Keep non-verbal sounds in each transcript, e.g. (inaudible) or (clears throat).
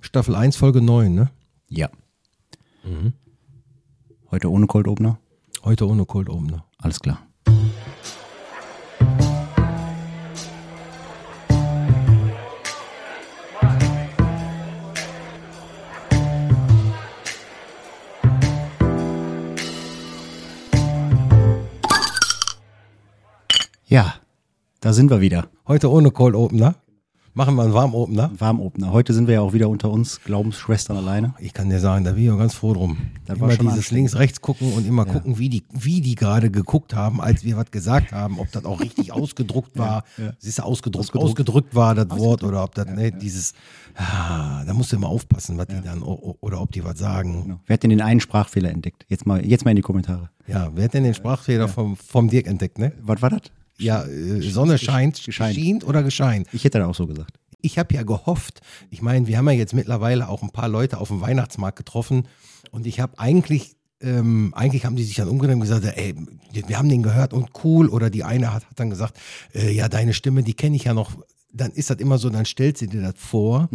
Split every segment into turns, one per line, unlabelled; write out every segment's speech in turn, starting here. Staffel 1, Folge 9, ne?
Ja. Heute ohne Cold Opener?
Heute ohne Cold Opener.
Alles klar. Ja, da sind wir wieder.
Heute ohne Cold Opener. Machen wir einen warmen Opener.
Warm Opener. Heute sind wir ja auch wieder unter uns, Glaubensschwestern alleine.
Ich kann dir sagen, da bin ich auch ganz froh drum.
Das war
immer
schon
dieses
anstrengend.
links, rechts gucken und immer gucken, wie die, wie die gerade geguckt haben, als wir was gesagt haben, ob das auch
(laughs)
richtig ausgedruckt war. Siehst du, ausgedruckt, ausgedruckt, war das Wort oder ob das, ne, dieses, ah, da musst du immer aufpassen, was die dann, o- o- oder ob die was sagen.
Genau. Wer hat denn den einen Sprachfehler entdeckt? Jetzt mal, jetzt mal in die Kommentare.
Ja, wer hat denn den Sprachfehler vom, vom Dirk entdeckt, ne?
Was war das?
Ja, äh, Sonne scheint,
gescheint.
scheint oder gescheint.
Ich hätte da auch so gesagt.
ich habe ja gehofft, ich meine, wir haben ja jetzt mittlerweile auch ein paar Leute auf dem Weihnachtsmarkt getroffen und ich habe eigentlich, ähm, eigentlich haben die sich dann umgedreht und gesagt, ey, wir haben den gehört und cool oder die eine hat, hat dann gesagt, äh, ja, deine Stimme, die kenne ich ja noch, dann ist das immer so, dann stellt sie dir das vor.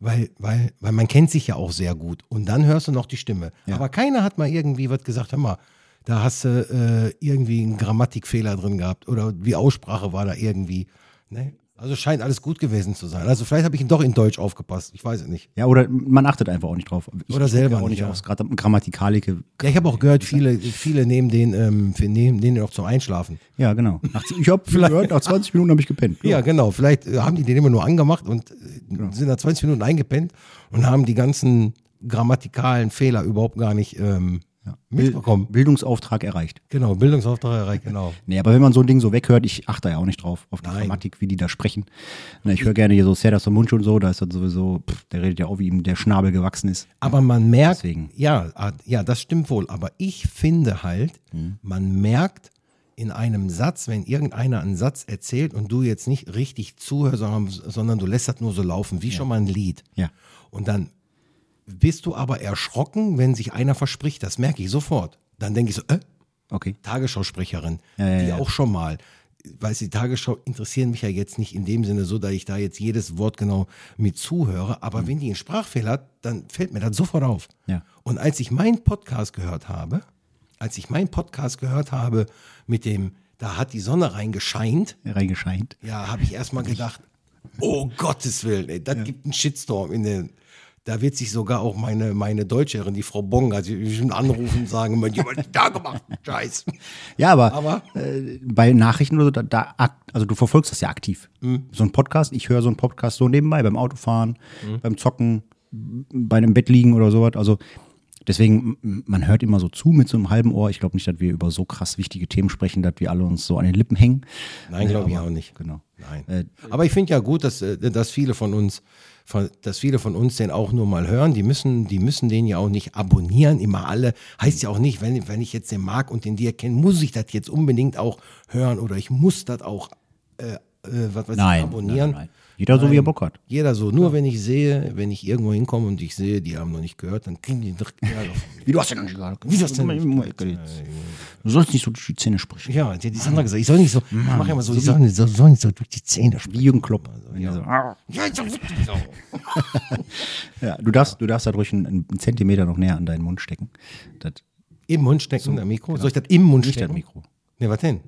Weil, weil, weil man kennt sich ja auch sehr gut und dann hörst du noch die Stimme. Aber keiner hat mal irgendwie was gesagt, hör mal, da hast du äh, irgendwie einen Grammatikfehler drin gehabt oder die Aussprache war da irgendwie. Ne? Also scheint alles gut gewesen zu sein. Also vielleicht habe ich ihn doch in Deutsch aufgepasst. Ich weiß es nicht.
Ja, oder man achtet einfach auch nicht drauf. Ich
Oder
guck
selber
ja auch
nicht,
nicht
ja.
aufs Grad Grammatikalike.
Ja, ich habe auch gehört, viele, viele nehmen den, ähm, für- nehmen den auch zum Einschlafen.
Ja, genau. Nach, ich habe gehört, nach 20 Minuten habe ich gepennt.
Ja, genau. Vielleicht äh, haben die den immer nur angemacht und äh, sind da 20 Minuten eingepennt und haben die ganzen grammatikalen Fehler überhaupt gar nicht ähm, mitbekommen.
Bildungsauftrag erreicht.
Genau, Bildungsauftrag erreicht, genau.
Nee, aber wenn man so ein Ding so weghört, ich achte ja auch nicht drauf, auf die Grammatik, wie die da sprechen. Na, ich höre gerne hier so Serdas und Munch und so, da ist das sowieso, pff, der redet ja auch, wie ihm der Schnabel gewachsen ist.
(laughs) Aber man merkt,
Deswegen.
ja, ah, ja, das stimmt wohl. Aber ich finde halt, man merkt in einem Satz, wenn irgendeiner einen Satz erzählt und du jetzt nicht richtig zuhörst, sondern, sondern du lässt das nur so laufen, wie schon mal ein Lied.
Ja.
Und dann bist du aber erschrocken, wenn sich einer verspricht. Das merke ich sofort. Dann denke ich so, äh,
Okay.
Tagesschausprecherin,
Ja, ja,
die
ja.
auch schon mal. Weißt du, die Tagesschau interessieren mich ja jetzt nicht in dem Sinne so, dass ich da jetzt jedes Wort genau mit zuhöre. Aber wenn die einen Sprachfehler hat, dann fällt mir das sofort auf.
Mhm. Ja.
Und als ich meinen Podcast gehört habe, als ich meinen Podcast gehört habe mit dem, da hat die Sonne reingescheint,
Reingescheint.
ja, habe ich erstmal gedacht, oh Gottes Willen, ey, das gibt einen Shitstorm in den. Da wird sich sogar auch meine, meine Deutscherin, die Frau Bonga, sie wird bestimmt anrufen und sagen, man hat jemand da gemacht, scheiß.
Ja, aber,
Aber-
äh, bei Nachrichten oder so, da, da ak- also du verfolgst das ja aktiv.
Mhm.
So ein Podcast, ich höre so einen Podcast so nebenbei beim Autofahren,
Mhm.
beim Zocken, m- bei einem Bett liegen oder sowas. Also deswegen, m- man hört immer so zu mit so einem halben Ohr. Ich glaube nicht, dass wir über so krass wichtige Themen sprechen, dass wir alle uns so an den Lippen hängen.
Nein, glaube ich auch nicht.
Genau.
Nein. Aber ich finde ja gut, dass, äh, dass viele von uns, von, dass viele von uns den auch nur mal hören. Die müssen, die müssen den ja auch nicht abonnieren. Immer alle. Heißt ja auch nicht, wenn, wenn ich jetzt den mag und den dir kenne, muss ich das jetzt unbedingt auch hören oder ich muss das auch äh, äh, was weiß
Nein,
ich, abonnieren.
nein, nein. Jeder so, wie er Bock hat.
Jeder so. Nur wenn ich sehe, wenn ich irgendwo hinkomme und ich sehe, die haben noch nicht gehört, dann kriegen die einen direkt (laughs) Ärger von mir.
Wie du hast ja noch nicht gesagt.
Wie, du hast ja noch nicht
Du sollst nicht so durch die Zähne sprechen.
Ja, die hat die Sandra gesagt, ich soll nicht so, ich mache immer so, ich soll nicht so, soll nicht so durch die Zähne
Wie Jürgen Klopp. Also,
Ja, ich soll wirklich so.
ja, du darfst, du darfst da ruhig einen, einen Zentimeter noch näher an deinen Mund stecken. Das
Im Mund stecken, der Mikro? Soll ich das im Mund
genau. nicht
stecken?
das Mikro.
Ne, was denn?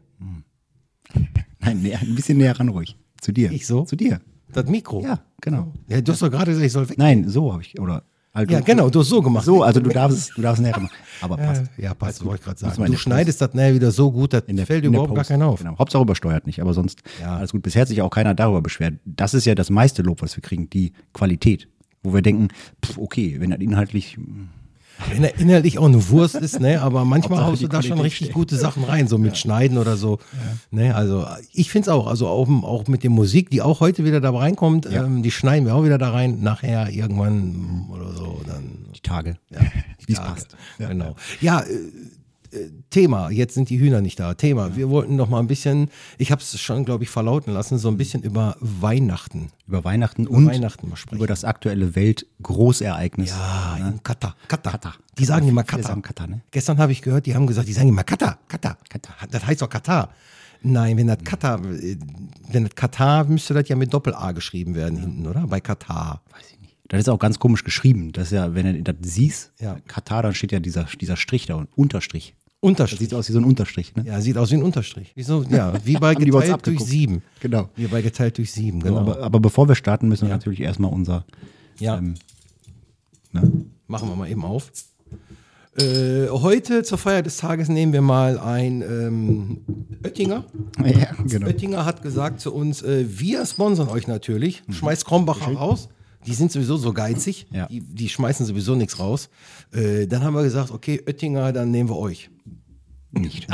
Nein, näher, ein bisschen näher ran ruhig. Zu dir.
Ich so?
Zu dir.
Das Mikro?
Ja, genau.
Ja, du hast doch gerade gesagt, ich soll weg.
Nein, so habe ich. Oder halt
Ja, genau, du hast so gemacht.
So, also du darfst, es- du darfst es näher machen. Aber passt.
Ja, passt, wollte ich gerade
Muss man
sagen. Du
in der
schneidest das nachher wieder so gut, das
In der-
fällt
in der
überhaupt gar
Post.
keinen auf.
Genau. Hauptsache übersteuert nicht, aber sonst
Ja.
alles gut. Bisher hat sich auch keiner darüber beschwert. Das ist ja das meiste Lob, was wir kriegen, die Qualität. Wo wir denken, pff, okay, wenn das inhaltlich
Wenn er inhaltlich auch eine
(laughs)
Wurst ist, ne, aber manchmal
Hauptsache
haust du
die
da schon
Qualität
richtig
steht.
gute Sachen rein, so mit Schneiden oder so. Ne, also ich finde es auch, also auch, auch mit der Musik, die auch heute wieder da reinkommt, ähm, die schneiden wir auch wieder da rein, nachher irgendwann oder so, dann
die Tage, (laughs) wie es
Tage.
passt.
Genau. Ja, äh, äh, Thema, jetzt sind die Hühner nicht da. Thema, wir wollten noch mal ein bisschen, ich habe es schon, glaube ich, verlauten lassen, so ein bisschen über Weihnachten.
Über Weihnachten Hm. und
Weihnachten mal sprechen.
über das aktuelle Weltgroßereignis.
Ah, in Katar. Katar.
Katar.
Die sagen immer
Viele
Katar.
sagen Katar, ne?
Gestern habe ich gehört, die haben gesagt, die sagen immer Katar, Katar.
Katar.
Das heißt doch Katar. Nein, wenn
Hm.
das Katar, äh, wenn das Katar, müsste das ja mit Doppel-A geschrieben werden hinten, oder? Bei Katar.
Weiß ich nicht. Das ist auch ganz komisch geschrieben. Das ist ja, wenn du das siehst,
Ja.
Katar, dann steht ja dieser, dieser Strich da und Unterstrich. Das
Unterstrich.
sieht aus wie so ein Unterstrich. Ne?
Ja, sieht aus wie ein Unterstrich. Wieso? Ja, wie bei
(laughs) Haben die bei uns
geteilt durch
abgeguckt.
sieben.
Genau.
Wie bei geteilt durch sieben,
So,
genau.
aber, aber bevor wir starten, müssen wir natürlich erstmal
(laughs)
unser.
ja.
Ähm, ne?
Machen wir mal eben auf. Äh, heute zur Feier des Tages nehmen wir mal ein ähm, Oettinger.
Ja, genau.
Oettinger hat gesagt zu uns, äh, wir sponsern euch natürlich. Schmeißt Krombacher raus. Die sind sowieso so geizig.
Mhm. Ja.
Die, die schmeißen sowieso nichts raus. Äh, dann haben wir gesagt, okay, Oettinger, dann nehmen wir euch. (laughs)
Nicht.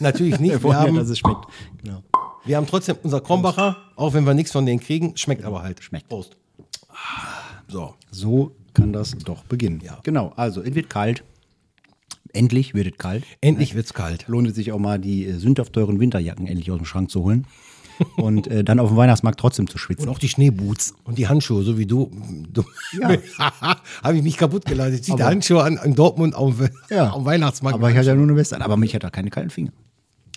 Natürlich nicht.
(laughs) Wir
Wir
wollen ja,
haben,
dass es schmeckt. Genau.
wir haben trotzdem unser Krombacher, auch wenn wir nichts von denen kriegen. Schmeckt aber halt.
Schmeckt.
Prost. So.
So kann das doch beginnen.
Ja.
Genau, also es wird kalt. Endlich wird es kalt.
Endlich wird's kalt.
Lohnt es sich auch mal, die äh, sündhaft teuren Winterjacken endlich aus dem Schrank
(laughs)
zu holen. Und äh, dann auf dem Weihnachtsmarkt trotzdem zu
Und
schwitzen.
auch die Schneeboots und die Handschuhe, so wie du. du (laughs)
Ja.
Habe ich mich kaputt gelassen. Ich zieh die
Aber-
Handschuhe an in Dortmund (laughs) auf,
Ja.
am Weihnachtsmarkt.
Aber ich hatte ja nur eine Weste an. Aber mich hat da keine kalten Finger.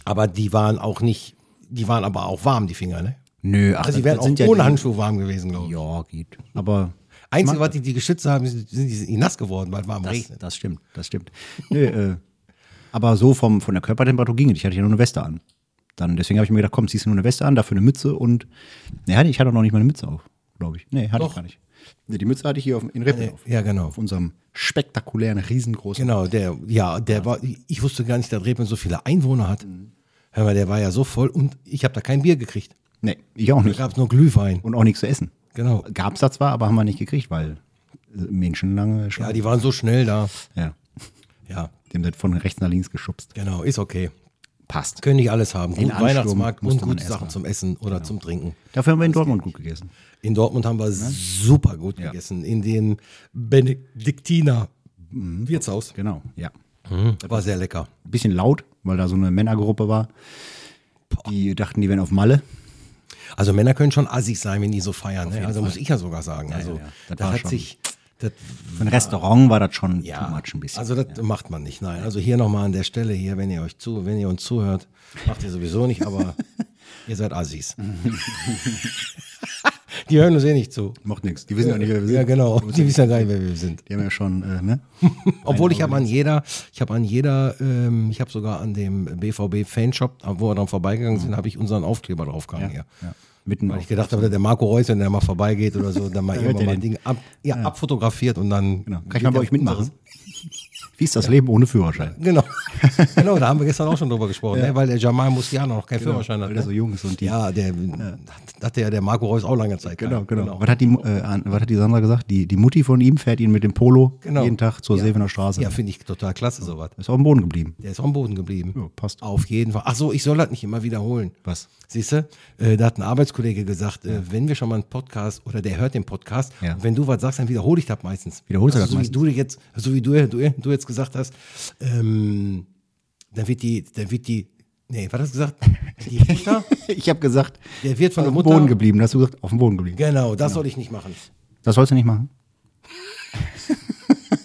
Aber die waren auch nicht, die waren aber auch warm, die Finger, ne?
Nö, ach,
Also die
das-
wären
das
auch
sind
ohne
ja die-
Handschuhe warm gewesen, glaube ich.
Ja, geht. Aber
Einzige, was die, die geschützt haben, sind, sind die sind die nass geworden, weil es warm
das,
regnet.
das stimmt, das stimmt. Nö, äh, aber so vom, von der Körpertemperatur ging es. Ich hatte ja nur eine Weste an. Dann, deswegen habe ich mir gedacht, komm, ziehst du nur eine Weste an, dafür eine Mütze und. Nee, hatte ich ich hatte auch noch nicht meine Mütze auf, glaube ich. Nee, hatte ich
Doch.
gar nicht. Nee, die Mütze hatte ich hier auf, in Rippen auf.
Ja, genau.
Auf unserem spektakulären, riesengroßen.
Genau, der, ja, der war, ich wusste gar nicht, dass Reben so viele Einwohner hat.
Mhm.
Hör mal, der war ja so voll und ich habe da kein Bier gekriegt.
Nee, ich auch
Da
nicht.
gab es nur Glühwein.
Und auch nichts zu essen.
Genau.
Gab's da zwar, aber haben wir nicht gekriegt, weil äh, menschenlange
Ja,
Schlange.
die waren so schnell da.
Ja,
Ja,
Dem wird von rechts nach links geschubst.
genau, ist okay.
Passt.
Können nicht alles haben. Guten
Ansturm
Weihnachtsmarkt und
musste man
gute
erst
Sachen
mal. Genau.
zum Essen oder zum Trinken.
Dafür haben wir in Dortmund gut gegessen.
In Dortmund
Ne?
haben wir super gut gegessen. In dem Benediktiner Wirtshaus.
Genau, ja.
War sehr lecker.
Ein bisschen laut, weil da so eine Männergruppe war. Die dachten, die wären auf Malle.
Also Männer können schon assig sein, wenn die so feiern. Ne? Also muss ich ja sogar sagen. also
ja, ja. Das
da
war
hat
schon-
sich das,
Für ein Restaurant war das schon
ja,
too much ein bisschen.
Also das macht man nicht. Nein. Also hier nochmal an der Stelle hier, wenn ihr euch zu, wenn ihr uns zuhört, macht ihr sowieso nicht,
(laughs)
aber ihr seid Assis. die hören uns eh nicht zu.
Macht nichts. Die wissen ja nicht, wer wir sind.
Ja, genau. Die wissen ja gar nicht, wer wir sind.
Die haben ja schon, äh, ne?
Obwohl ich habe an jeder, ich habe an jeder, ähm, ich habe sogar an dem BVB Fanshop, wo wir dran vorbeigegangen sind, habe ich unseren Aufkleber drauf gehangen. Ja.
Mhm. Ja. Mitten
Weil ich
auf.
gedacht habe, der Marco Reus, wenn der mal vorbeigeht oder so, dann mal
hört
irgendwann
ihr
mal ein
den.
Ding ab, ja, abfotografiert und dann.
Genau. Kann
geht
ich mal bei
der
euch mitmachen?
unseres-
Wie ist das Leben ohne Führerschein?
Genau.
(laughs)
genau, da haben wir gestern auch schon drüber gesprochen, ne? weil der Jamal Musiano noch keinen Führerschein hat.
Genau, Weil der so
Ne?
jung ist und die.
Ja, der hat- hatte ja der Marco Reus auch lange Zeit. ne?
Genau,
keinen.
genau. Was, hat die, äh, an- was hat die Sandra gesagt? Die, die Mutti von ihm fährt ihn mit dem Polo
Genau.
jeden Tag zur Sevener Straße.
Ja, finde ich total klasse, sowas.
Ist auf dem Boden geblieben.
Der ist am Boden geblieben.
Ja, passt.
Auf jeden Fall. Ach so, ich soll das nicht immer wiederholen.
Was?
Siehst du, äh, da hat ein Arbeitskollege gesagt, äh, wenn wir schon mal einen Podcast oder der hört den Podcast,
Ja.
und wenn du was sagst, dann wiederhole ich das meistens.
Wiederholst du
also,
das
so wie du jetzt, so wie du, du, du jetzt gesagt hast, ähm, dann wird die, dann wird die, nee, was hast du gesagt? Die Mutter,
(laughs) Ich habe gesagt,
der wird von
auf
der
dem
Mutter.
Boden geblieben. Da hast du gesagt, auf dem Boden geblieben.
Genau, das soll ich nicht machen.
Das sollst du nicht machen. (laughs)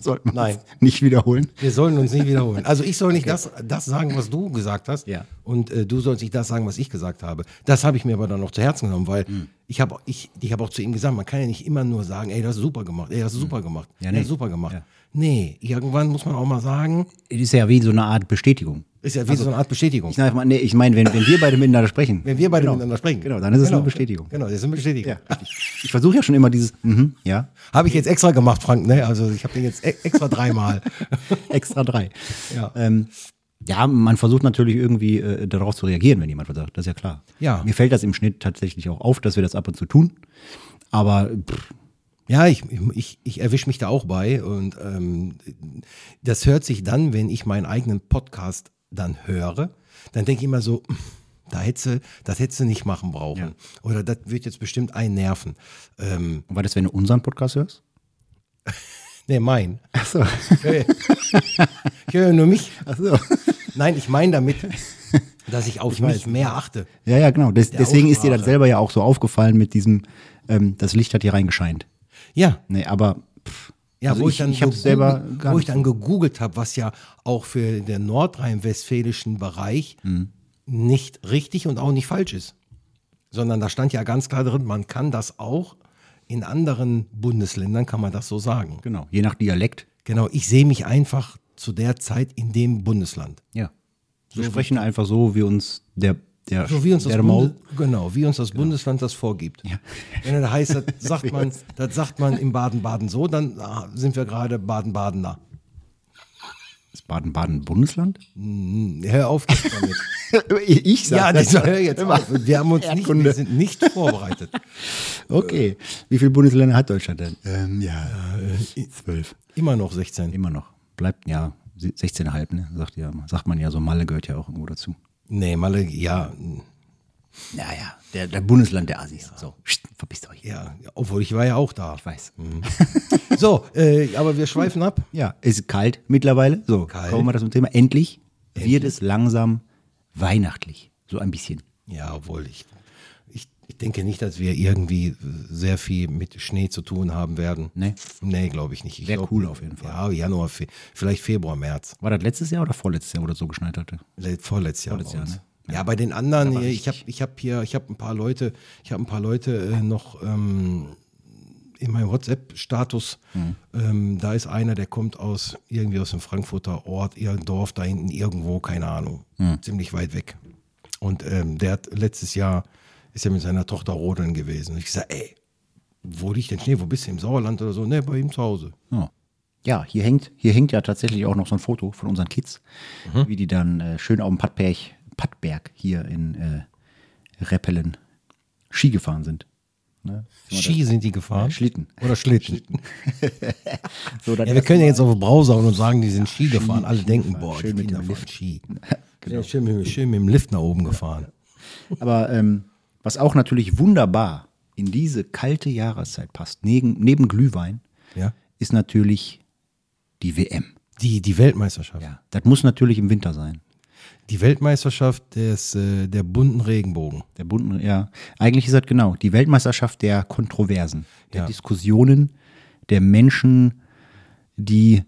Sollte man
Nein.
es nicht wiederholen.
Wir sollen uns nicht wiederholen. Also ich soll nicht das, das sagen, was du gesagt hast.
Ja.
Und äh, du sollst nicht das sagen, was ich gesagt habe. Das habe ich mir aber dann noch zu Herzen genommen, weil
Hm.
ich habe ich, ich hab auch zu ihm gesagt, man kann ja nicht immer nur sagen, ey, das ist super gemacht, ey, das ist super gemacht,
Hm. Ja,
ey,
nee.
das ist super gemacht.
Ja.
Nee, irgendwann muss man auch mal sagen,
Es ist ja wie so eine Art Bestätigung.
ist ja wie so eine Art Bestätigung.
Also Ich sage mal, nee, ich meine, wenn, wenn wir beide miteinander sprechen.
Wenn wir beide miteinander sprechen.
Genau, dann ist es eine Bestätigung.
Genau, das ist eine Bestätigung.
Ja, richtig. ich versuche ja schon immer dieses, mhm, (laughs) ja,
Habe ich jetzt extra gemacht, Frank, ne? Also ich habe den jetzt e extra
(laughs)
dreimal.
extra drei.
Ja.
Ähm, ja, man versucht natürlich irgendwie äh, darauf zu reagieren, wenn jemand was sagt. Das ist ja klar.
Ja.
Mir fällt das im Schnitt tatsächlich auch auf, dass wir das ab und zu tun. Aber pff,
Ja, ich, ich, ich erwische mich da auch bei und ähm, das hört sich dann, wenn ich meinen eigenen Podcast dann höre, dann denke ich immer so, (clears throat) da hättest du, das hättest du nicht machen brauchen.
Ja.
Oder das wird jetzt bestimmt einen nerven. Ähm,
war das, wenn du unseren Podcast hörst?
nee, mein.
Achso.
Ich höre- ich höre nur mich.
Achso.
Nein, ich meine damit, dass ich auf mich mehr achte.
(laughs) Ja, ja, genau. Des, deswegen ist dir das
Aussprache.
selber ja auch so aufgefallen mit diesem, ähm, das Licht hat hier reingescheint.
Ja,
Nee, aber pff,
Ja,
Also
wo ich,
ich-
dann
ich hab's
gegoogelt-
selber gar
wo ich
nicht
dann gegoogelt habe, was ja auch für den nordrhein-westfälischen Bereich
Mhm.
nicht richtig und auch nicht falsch ist. Sondern da stand ja ganz klar drin, man kann das auch in anderen Bundesländern kann man das so sagen.
Genau, je nach Dialekt.
Genau, ich sehe mich einfach zu der Zeit in dem Bundesland.
Ja. Wir sprechen einfach so, wie uns der, der,
So wie uns das,
der Maul.
Bunde, genau, wie uns das Bundesland das vorgibt. Wenn er
(laughs)
heißt, das sagt man, das sagt man im Baden-Baden so, dann ah, sind wir gerade Baden-Badener.
Ist Baden-Baden Bundesland?
Hör auf jetzt damit.
(laughs) ich
ja,
das.
das hör jetzt auf. Wir haben uns nicht,
Erdkunde.
wir sind nicht vorbereitet.
Okay. Wie viele Bundesländer hat Deutschland denn? Ähm, ja,
Äh,
äh, zwölf.
Immer noch 16.
Immer noch. Bleibt ja 16,5, ne? Sagt, ja, sagt man ja so, Malle gehört ja auch irgendwo dazu.
Nee, Malle, ja,
Ja, ja. Der, der Bundesland der Assis. So, Psst, verpisst euch.
ja, obwohl ich war ja auch da.
Ich weiß.
So, äh, aber wir schweifen ab.
Ja, ist kalt mittlerweile. So,
Kalt.
kommen wir das zum Thema. Endlich, wird es langsam weihnachtlich. So ein bisschen.
Ja, obwohl ich, ich, ich denke nicht, dass wir irgendwie sehr viel mit Schnee zu tun haben werden.
Nee.
Nee, glaube ich nicht. Ich
Wär
glaub,
cool auf jeden Fall.
Ja, Januar, Fe vielleicht Februar, März.
War das letztes Jahr oder vorletztes Jahr, wo das so geschneit hatte?
Le- Vorletztes Jahr.
Vorletztes
bei uns.
Jahr,
Ja, bei den anderen, hier, ich habe ich hab hier, ich habe ein paar Leute, ich habe ein paar Leute äh, noch ähm, in meinem WhatsApp-Status. Ähm, da ist einer, der kommt aus irgendwie aus dem Frankfurter Ort, ihr Dorf da hinten irgendwo, keine Ahnung, ziemlich weit weg. Und ähm, der hat letztes Jahr ist ja mit seiner Tochter rodeln gewesen. Und ich sage, ey, wo liegt denn Schnee? Wo bist du im Sauerland oder so? Ne, bei ihm zu Hause.
Ja. Ja, hier hängt, hier hängt ja tatsächlich auch noch so ein Foto von unseren Kids,
Mhm.
wie die dann äh, schön auf dem Pattberg, Pattberg hier in äh, Reppelen Ski gefahren sind. Ne?
Ski sind die gefahren?
Schlitten.
Oder Schlitten.
So, dann
Ja, wir können ja jetzt auf den Browser und uns sagen, die sind Ski gefahren. Alle denken, boah,
Schön
die
mit
Kinder
dem
fahren
Lift.
Ski. Ja, schön, mit, schön mit dem Lift nach oben gefahren.
Aber ähm, was auch natürlich wunderbar in diese kalte Jahreszeit passt, neben, neben Glühwein,
Ja.
ist natürlich die WM.
Die, die Weltmeisterschaft.
Ja. Das muss natürlich im Winter sein.
Die Weltmeisterschaft des, äh, der bunten Regenbogen.
Der bunten, ja. Eigentlich ist das genau die Weltmeisterschaft der Kontroversen, der
Ja.
Diskussionen, der Menschen, die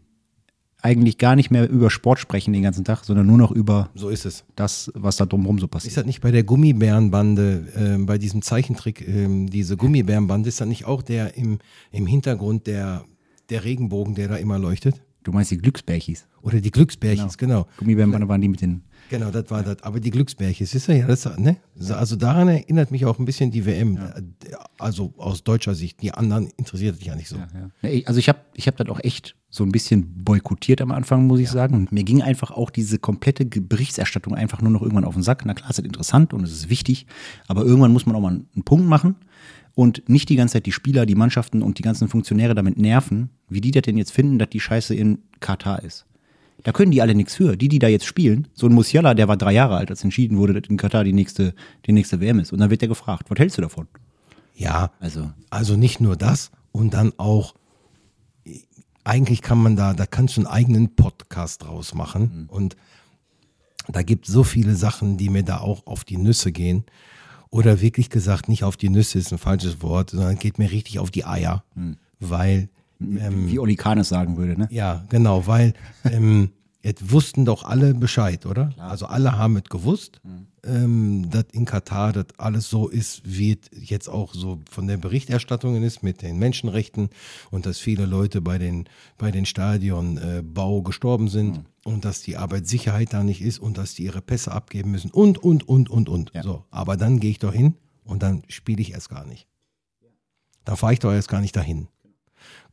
eigentlich gar nicht mehr über Sport sprechen den ganzen Tag, sondern nur noch über
So ist es.
das, was da drumherum so
Ist
passiert.
das nicht bei der Gummibärenbande, ähm, bei diesem Zeichentrick, ähm, diese Gummibärenbande, ist das nicht auch der im, im Hintergrund der, der Regenbogen, der da immer leuchtet?
Du meinst die Glücksbärchis?
Oder die Glücksbärchens, genau.
Gummibären waren die mit den.
Genau, das war das. Aber die Glücksbärchen, siehst du, ja, das, ne? Also daran erinnert mich auch ein bisschen die WM. Also aus deutscher Sicht. Die anderen interessiert dich ja nicht so.
Ne, ich- Also ich habe ich hab das auch echt so ein bisschen boykottiert am Anfang, muss ich sagen. Und mir ging einfach auch diese komplette Ge- Berichterstattung einfach nur noch irgendwann auf den Sack. Na klar, es ist interessant und es ist wichtig, aber irgendwann muss man auch mal einen Punkt machen und nicht die ganze Zeit die Spieler, die Mannschaften und die ganzen Funktionäre damit nerven, wie die das denn jetzt finden, dass die Scheiße in Katar ist. Da können die alle nichts für. Die, die da jetzt spielen, so ein Musiala, der war drei Jahre alt, als entschieden wurde, dass in Katar die nächste, die nächste WM ist. Und dann wird der gefragt, was hältst du davon?
Ja,
Also,
also nicht nur das und dann auch, eigentlich kann man da, da kannst du einen eigenen Podcast draus machen. Und da gibt es so viele Sachen, die mir da auch auf die Nüsse gehen. Oder wirklich gesagt, nicht auf die Nüsse ist ein falsches Wort, sondern geht mir richtig auf die Eier. Weil ähm,
wie Oli Kahn es sagen würde, ne?
Ja, genau, weil ähm, jetzt wussten doch alle Bescheid, oder? Also alle haben es gewusst, ähm, dass in Katar das alles so ist, wie es jetzt auch so von der Berichterstattung ist mit den Menschenrechten und dass viele Leute bei den, bei den Stadionbau gestorben sind und dass die Arbeitssicherheit da nicht ist und dass die ihre Pässe abgeben müssen und, und, und, und, und. So, aber dann gehe ich doch hin und dann spiele ich erst gar nicht. Dann fahre ich doch erst gar nicht dahin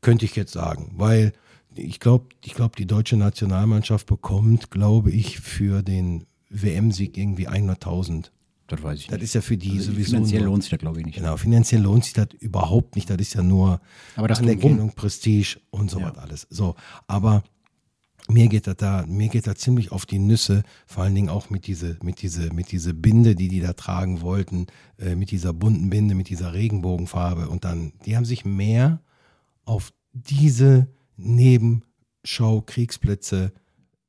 könnte ich jetzt sagen, weil ich glaube, ich glaub, die deutsche Nationalmannschaft bekommt, glaube ich, für den WM-Sieg irgendwie 100.000.
Das weiß ich
Das ist ja für die
Also
sowieso
Finanziell
nur,
lohnt sich das, glaube ich, nicht.
Genau, finanziell lohnt sich das überhaupt nicht. Das ist ja nur
Aber das
Anerkennung, Prestige und so was alles. So, aber mir geht das da, mir geht das ziemlich auf die Nüsse, vor allen Dingen auch mit diese, mit diese, mit diese Binde, die die da tragen wollten, äh, mit dieser bunten Binde, mit dieser Regenbogenfarbe und dann, die haben sich mehr auf diese Nebenschau-Kriegsplätze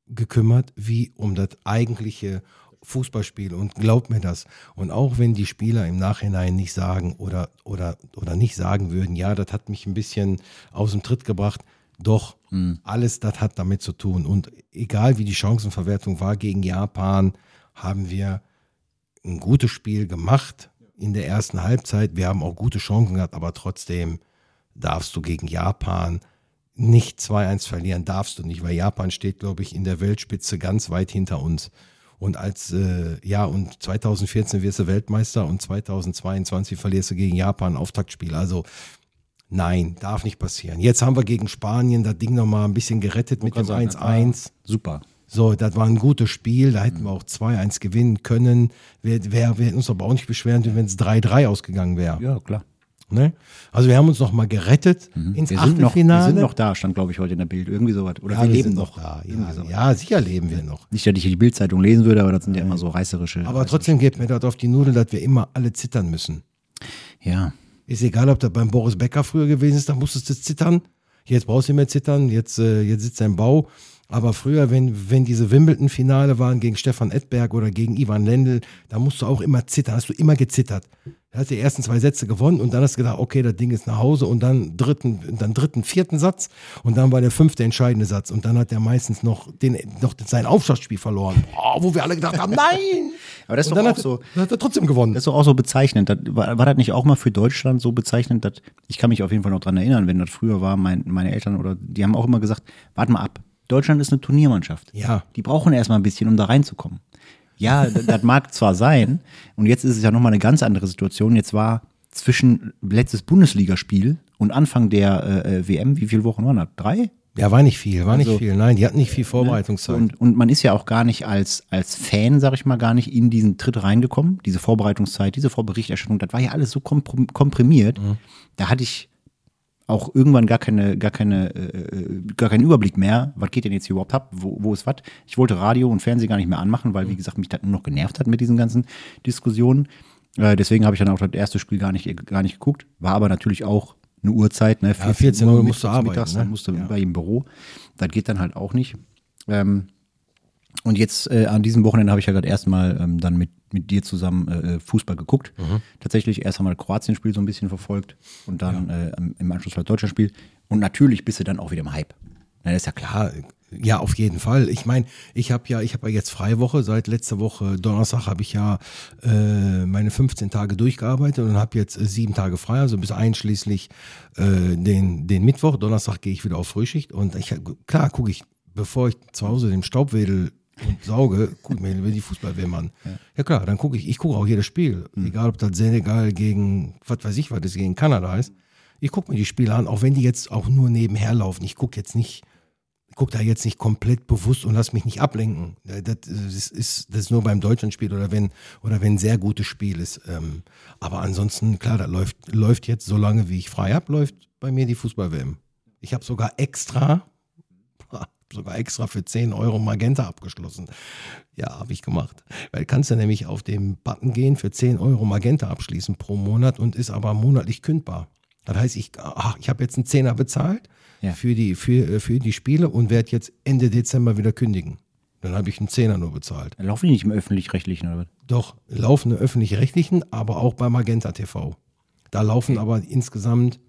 gekümmert, wie um das eigentliche Fußballspiel. Und glaub mir das. Und auch wenn die Spieler im Nachhinein nicht sagen oder, oder, oder nicht sagen würden, ja, das hat mich ein bisschen aus dem Tritt gebracht, doch, alles das hat damit zu tun. Und egal wie die Chancenverwertung war gegen Japan, haben wir ein gutes Spiel gemacht in der ersten Halbzeit. Wir haben auch gute Chancen gehabt, aber trotzdem darfst du gegen Japan nicht 2-1 verlieren, darfst du nicht, weil Japan steht, glaube ich, in der Weltspitze ganz weit hinter uns. Und als, äh, ja, und 2014 wirst du Weltmeister und 2022 verlierst du gegen Japan Auftaktspiel. Also nein, darf nicht passieren. Jetzt haben wir gegen Spanien das Ding nochmal ein bisschen gerettet mit dem
sagen, das war
1-1.
Super.
So, das war ein gutes Spiel, da hätten wir auch 2-1 gewinnen können. Wir, wir, wir hätten uns aber auch nicht beschweren, dürfen, wenn es 3-3 ausgegangen wäre.
Ja, klar.
Ne? Also wir haben uns nochmal gerettet ins
Mhm. Wir sind, noch, wir
Achtelfinale.
sind noch da, stand, glaube ich, heute in der Bild. Irgendwie sowas. Oder
ja,
wir
wir
leben
sind
noch.
da.
Irgendwie
Ja,
sowas.
ja, sicher leben wir noch.
Nicht, dass ich die Bildzeitung lesen würde, aber das sind ja immer so reißerische.
Aber trotzdem geht mir das auf die Nudel, dass wir immer alle zittern müssen.
ja.
Ist egal, ob das beim Boris Becker früher gewesen ist, da musstest du zittern. Jetzt brauchst du nicht mehr zittern, jetzt, äh, jetzt sitzt er im Bau. Aber früher, wenn, wenn diese Wimbledon-Finale waren gegen Stefan Edberg oder gegen Ivan Lendl, da musst du auch immer zittern, hast du immer gezittert. Da hast du die ersten zwei Sätze gewonnen und dann hast du gedacht, okay, das Ding ist nach Hause und dann dritten, dann dritten, vierten Satz und dann war der fünfte entscheidende Satz und dann hat er meistens noch, den, noch sein Aufschlagspiel verloren, Boah, wo wir alle gedacht haben, nein!
Aber das ist
und
doch
dann
auch
hat, er-
so.
dann hat er trotzdem gewonnen.
Das ist doch auch so bezeichnend. Das, war, war das nicht auch mal für Deutschland so bezeichnend, dass ich kann mich auf jeden Fall noch dran erinnern, wenn das früher war, mein, meine Eltern oder die haben auch immer gesagt, warte mal ab, Deutschland ist eine Turniermannschaft.
Ja.
Die brauchen erstmal ein bisschen, um da reinzukommen. Ja, (laughs) d- das mag zwar sein, und jetzt ist es ja nochmal eine ganz andere Situation. Jetzt war zwischen letztes Bundesligaspiel und Anfang der äh, äh, WM, wie viele Wochen waren das? Drei?
Ja, war nicht viel, war nicht viel. Nein, die hatten nicht viel Vorbereitungszeit.
Und, und man ist ja auch gar nicht als, als Fan, sag ich mal, gar nicht in diesen Tritt reingekommen. Diese Vorbereitungszeit, diese Vorberichterstattung, das war ja alles so komprom- komprimiert.
Mhm.
Da hatte ich auch irgendwann gar keine, gar keine, äh, äh, gar keinen Überblick mehr. Was geht denn jetzt hier überhaupt ab? Wo, wo ist was? Ich wollte Radio und Fernsehen gar nicht mehr anmachen,
Mhm.
weil, wie gesagt, mich das nur noch genervt hat mit diesen ganzen Diskussionen. Äh, deswegen habe ich dann auch das erste Spiel gar nicht, gar nicht geguckt. War aber natürlich auch eine Uhrzeit, ne?
14 Uhr musst du
mittags,
arbeiten,
mittags,
ne?
Dann musst du bei ihm im Büro. Das geht dann halt auch nicht. Ähm, und jetzt äh, an diesem Wochenende habe ich ja gerade erstmal ähm, dann mit, mit dir zusammen äh, äh, Fußball geguckt.
Mhm.
Tatsächlich erst einmal Kroatien-Spiel so ein bisschen verfolgt und dann äh, am- im Anschluss halt deutschland Spiel. Und natürlich bist du dann auch wieder im Hype. Na, das ist ja klar.
Ja, ja, auf jeden Fall. Ich meine, ich habe ja, ich habe ja jetzt Freiwoche. Seit letzter Woche Donnerstag habe ich ja äh, meine 15 Tage durchgearbeitet und habe jetzt äh, sieben Tage frei, also bis einschließlich äh, den, den Mittwoch. Donnerstag gehe ich wieder auf Frühschicht und ich klar gucke ich, bevor ich zu Hause den Staubwedel und sauge, guck mir lieber die Fußballwärme an. Ja. klar, dann gucke ich, ich gucke auch jedes Spiel, egal ob das Senegal gegen, was weiß ich, was das gegen Kanada ist. Ich gucke mir die Spiele an, auch wenn die jetzt auch nur nebenher laufen. Ich gucke jetzt nicht guck da jetzt nicht komplett bewusst und lass mich nicht ablenken. Äh, Das ist, ist, das ist nur beim Deutschlandspiel oder wenn oder wenn ein sehr gutes Spiel ist. Ähm, Aber ansonsten, klar, das läuft, läuft jetzt so lange, wie ich frei habe, läuft bei mir die Fußball-WM. Ich habe sogar extra, (laughs) sogar extra für 10 Euro Magenta abgeschlossen. Ja, habe ich gemacht. Weil kannst du nämlich auf den Button gehen für 10 Euro Magenta abschließen pro Monat und ist aber monatlich kündbar. Das heißt, ich, ach, ich habe jetzt einen Zehner bezahlt
Ja.
für, die, für, äh, für die Spiele und werde jetzt Ende Dezember wieder kündigen. Dann habe ich einen Zehner nur bezahlt.
Dann Laufen die nicht im Öffentlich-Rechtlichen oder was?
Doch, laufende öffentlich-rechtlichen, aber auch bei Magenta TV. Da laufen aber insgesamt,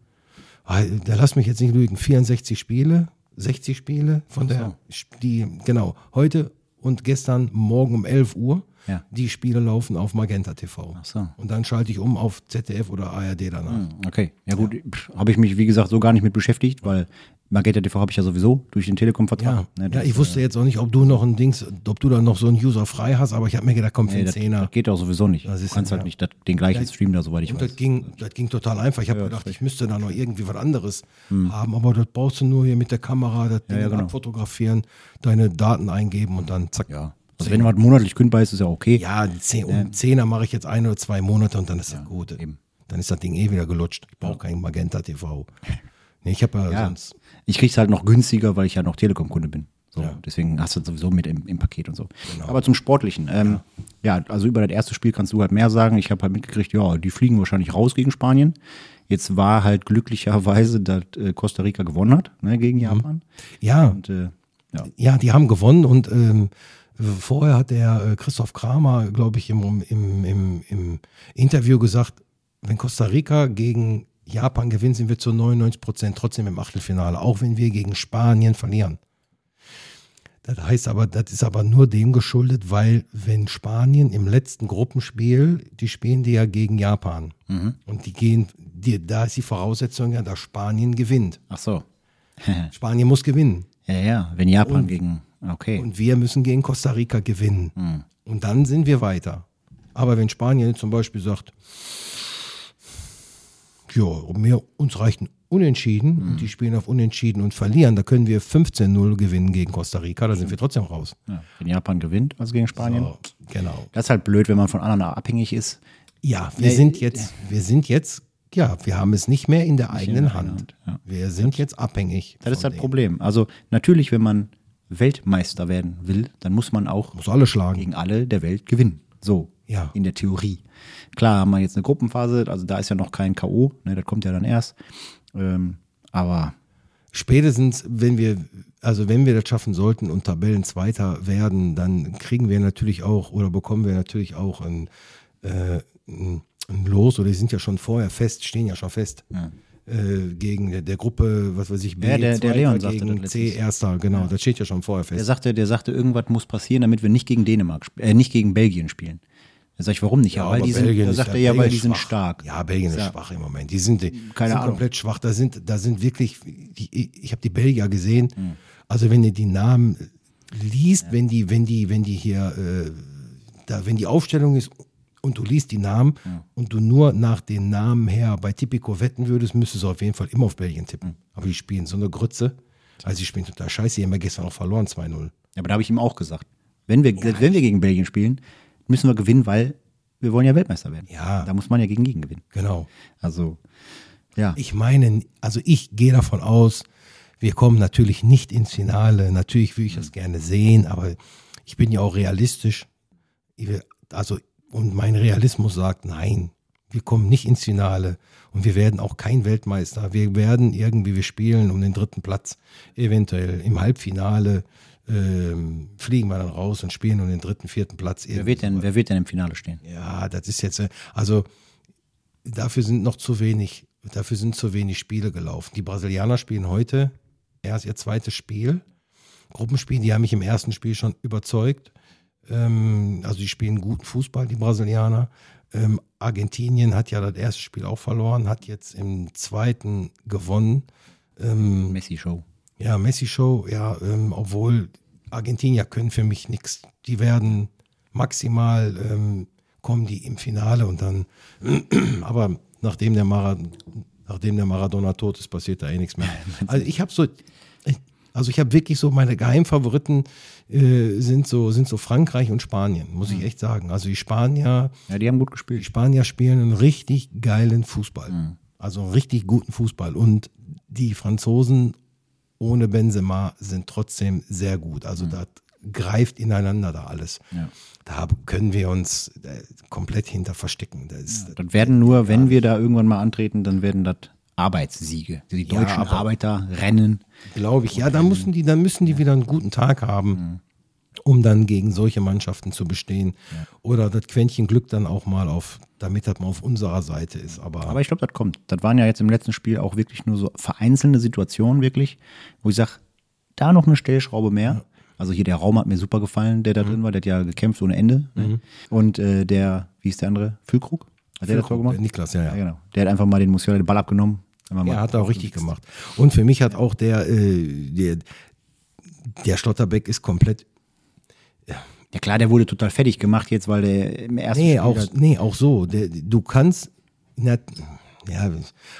ah, da lass mich jetzt nicht lügen, 64 Spiele, 60 Spiele von der, die, genau, heute und gestern morgen um 11 Uhr.
Ja.
Die Spiele laufen auf Magenta TV. Ach
so. Hm.
Und dann schalte ich um auf ZDF oder ARD danach.
Okay. Ja, gut. pff, Habe ich mich, wie gesagt, so gar nicht mit beschäftigt, weil Magenta TV habe ich ja sowieso durch den Telekom-Vertrag.
Ja,
Ne,
ja
das-
ich wusste jetzt auch nicht, ob du noch ein Dings, ob du da noch so einen User frei hast, aber ich habe mir gedacht, komm, für
nee,
einen
äh, das,
Zehner.
das geht auch sowieso nicht.
Das
Du
ist-
kannst halt
ja.
nicht das, den gleichen Stream da, soweit ich
Und
weiß.
das ging, das ging total einfach. Ich habe gedacht, ich müsste da noch irgendwie was anderes haben, aber das brauchst du nur hier mit der Kamera, das Ding
Hm. ja, genau.
abfotografieren, deine Daten eingeben und dann zack.
Ja. Also wenn was monatlich kündbar ist, ist ja okay.
Ja, zehn, um Zehner mache ich jetzt ein oder zwei Monate und dann ist das gut. Dann ist das Ding eh wieder gelutscht. Ich brauche kein Magenta
(laughs)
TV. Nee, ich habe ja,
Ja.
sonst.
Ich krieg's halt noch günstiger, weil ich ja noch Telekom-Kunde bin. So, Deswegen hast du das sowieso mit im, im Paket und so. Aber zum Sportlichen. Ähm, ja. also über das erste Spiel kannst du halt mehr sagen. Ich habe halt mitgekriegt, ja, die fliegen wahrscheinlich raus gegen Spanien. Jetzt war halt glücklicherweise, dass äh, Costa Rica gewonnen hat ne, gegen Japan.
Ja,
Und äh, ja,
ja, die haben gewonnen und ähm, vorher hat der äh, Christoph Kramer, glaube ich, im, im, im, im Interview gesagt, wenn Costa Rica gegen Japan gewinnt, sind wir zu 99 Prozent trotzdem im Achtelfinale, auch wenn wir gegen Spanien verlieren. Das heißt aber, das ist aber nur dem geschuldet, weil wenn Spanien im letzten Gruppenspiel, die spielen die ja gegen Japan. Und die gehen, die, da ist die Voraussetzung ja, dass Spanien gewinnt.
Ach so.
Spanien muss gewinnen.
(laughs) Ja, ja, wenn Japan gegen. ah, Okay.
Und wir müssen gegen Costa Rica gewinnen. Und dann sind wir weiter. Aber wenn Spanien jetzt zum Beispiel sagt, ja, mir, uns reicht ein Unentschieden und die spielen auf Unentschieden und verlieren, da können wir 15-0 gewinnen gegen Costa Rica, da sind wir trotzdem raus.
ja, wenn Japan gewinnt, also gegen Spanien.
So, genau.
Das ist halt blöd, wenn man von anderen abhängig ist.
Ja, wir
Nee,
sind jetzt, wir sind jetzt, ja, wir haben es nicht mehr in der eigenen Hand. Wir sind jetzt abhängig.
Das ist
von
das
denen.
Problem. Also natürlich, wenn man Weltmeister werden will, dann muss man auch
Muss alle schlagen.
gegen alle der Welt gewinnen. So,
Ja.
in der Theorie. Klar haben wir jetzt eine Gruppenphase, also da ist ja noch kein K.O., ne, das kommt ja dann erst. Ähm, aber
Spätestens, wenn wir, also wenn wir das schaffen sollten und Tabellenzweiter werden, dann kriegen wir natürlich auch oder bekommen wir natürlich auch ein, äh, ein, ein Los oder die sind ja schon vorher fest, stehen ja schon fest. Äh, gegen der, der Gruppe, was weiß ich, B,
Ja, der- der
Zweiter
Leon sagte
gegen
das
C,
letztens.
Erster, genau, das steht ja schon vorher
der
fest.
sagte, der sagte, irgendwas muss passieren, damit wir nicht gegen Dänemark, sp- äh, nicht gegen Belgien spielen. Da sag ich, warum nicht? Ja, weil
aber
die sind, da
ist
sagt
ja-
er ja, weil
Belgien
die
ist
sind
schwach.
stark.
Ja, Belgien ist
Ja.
schwach im Moment. Die sind, die
Keine
sind
Ahnung.
komplett schwach. Da sind, da sind wirklich, die, ich habe die Belgier gesehen.
Mhm.
Also wenn ihr die Namen liest, wenn die, wenn die, wenn die hier, äh, da, wenn die Aufstellung ist und du liest die Namen und du nur nach den Namen her bei Tipico wetten würdest, müsstest du auf jeden Fall immer auf Belgien tippen.
Mhm.
Aber die spielen so eine Grütze. Also die spielen total scheiße. Die haben ja gestern auch verloren 2-0.
Aber da habe ich ihm auch gesagt, wenn wir, wenn wir gegen Belgien spielen, müssen wir gewinnen, weil wir wollen ja Weltmeister werden.
Ja.
Da muss man ja gegen gegen gewinnen.
Genau.
Also, ja.
Ich meine, also ich gehe davon aus, wir kommen natürlich nicht ins Finale. Natürlich würde ich das gerne sehen, aber ich bin ja auch realistisch. Ich will- Also, und mein Realismus sagt, nein, wir kommen nicht ins Finale und wir werden auch kein Weltmeister. Wir werden irgendwie, wir spielen um den dritten Platz, eventuell im Halbfinale. Ähm, fliegen wir dann raus und spielen um den dritten, vierten Platz.
Wer wird, denn, wer wird denn im Finale stehen?
Ja, das ist jetzt, äh, also dafür sind noch zu wenig, dafür sind zu wenig Spiele gelaufen. Die Brasilianer spielen heute erst ihr zweites Spiel. Gruppenspiel, die haben mich im ersten Spiel schon überzeugt. Ähm, also die spielen guten Fußball, die Brasilianer. Ähm, Argentinien hat ja das erste Spiel auch verloren, hat jetzt im zweiten gewonnen.
Messi-Show.
Ja, Messi-Show, ja, ähm, obwohl Argentinier können für mich nichts. Die werden maximal, ähm, kommen die im Finale und dann, (clears throat) aber nachdem der, Mara, nachdem der Maradona tot ist, passiert da eh nichts mehr. Also ich habe so, also ich habe wirklich so, meine Geheimfavoriten äh, sind, so, sind so Frankreich und Spanien, muss ich echt sagen. Also die Spanier,
Ja, die haben gut
die
gespielt.
Spanier spielen einen richtig geilen Fußball.
Mhm.
Also einen richtig guten Fußball. Und die Franzosen ohne Benzema sind trotzdem sehr gut. Also das greift ineinander da alles.
Mhm. Ja.
Da können wir uns äh, komplett hinter verstecken. Das ist,
Das werden nur, wenn wir da irgendwann mal antreten, dann werden das Arbeitssiege. Die
Ja,
deutschen
aber-
Arbeiter rennen.
Glaube ich, ja, dann müssen die, dann müssen die wieder einen guten Tag
Mhm.
haben, um dann gegen solche Mannschaften zu bestehen. Oder das Quäntchen Glück dann auch mal auf, damit das mal auf unserer Seite ist. Aber,
Aber ich glaube, das kommt. Das waren ja jetzt im letzten Spiel auch wirklich nur so vereinzelte Situationen, wirklich, wo ich sage, da noch eine Stellschraube mehr. Also hier der Raum hat mir super gefallen, der da drin war, der hat ja gekämpft ohne Ende. ne? Und äh, der, wie ist der andere? Füllkrug? Hat der das Tor gemacht?
Niklas, ja, ja.
Ja, genau. Der hat einfach mal den Musiala den Ball abgenommen. Einfach mal-
Ja, hat er auch richtig gemacht. Und für mich hat auch der, äh, der, der Schlotterbeck ist komplett.
Ja klar, der wurde total fertig gemacht jetzt, weil der im ersten
Nee,
Spiel
auch,
halt-
nee, auch so. Der, du kannst. Na, ja,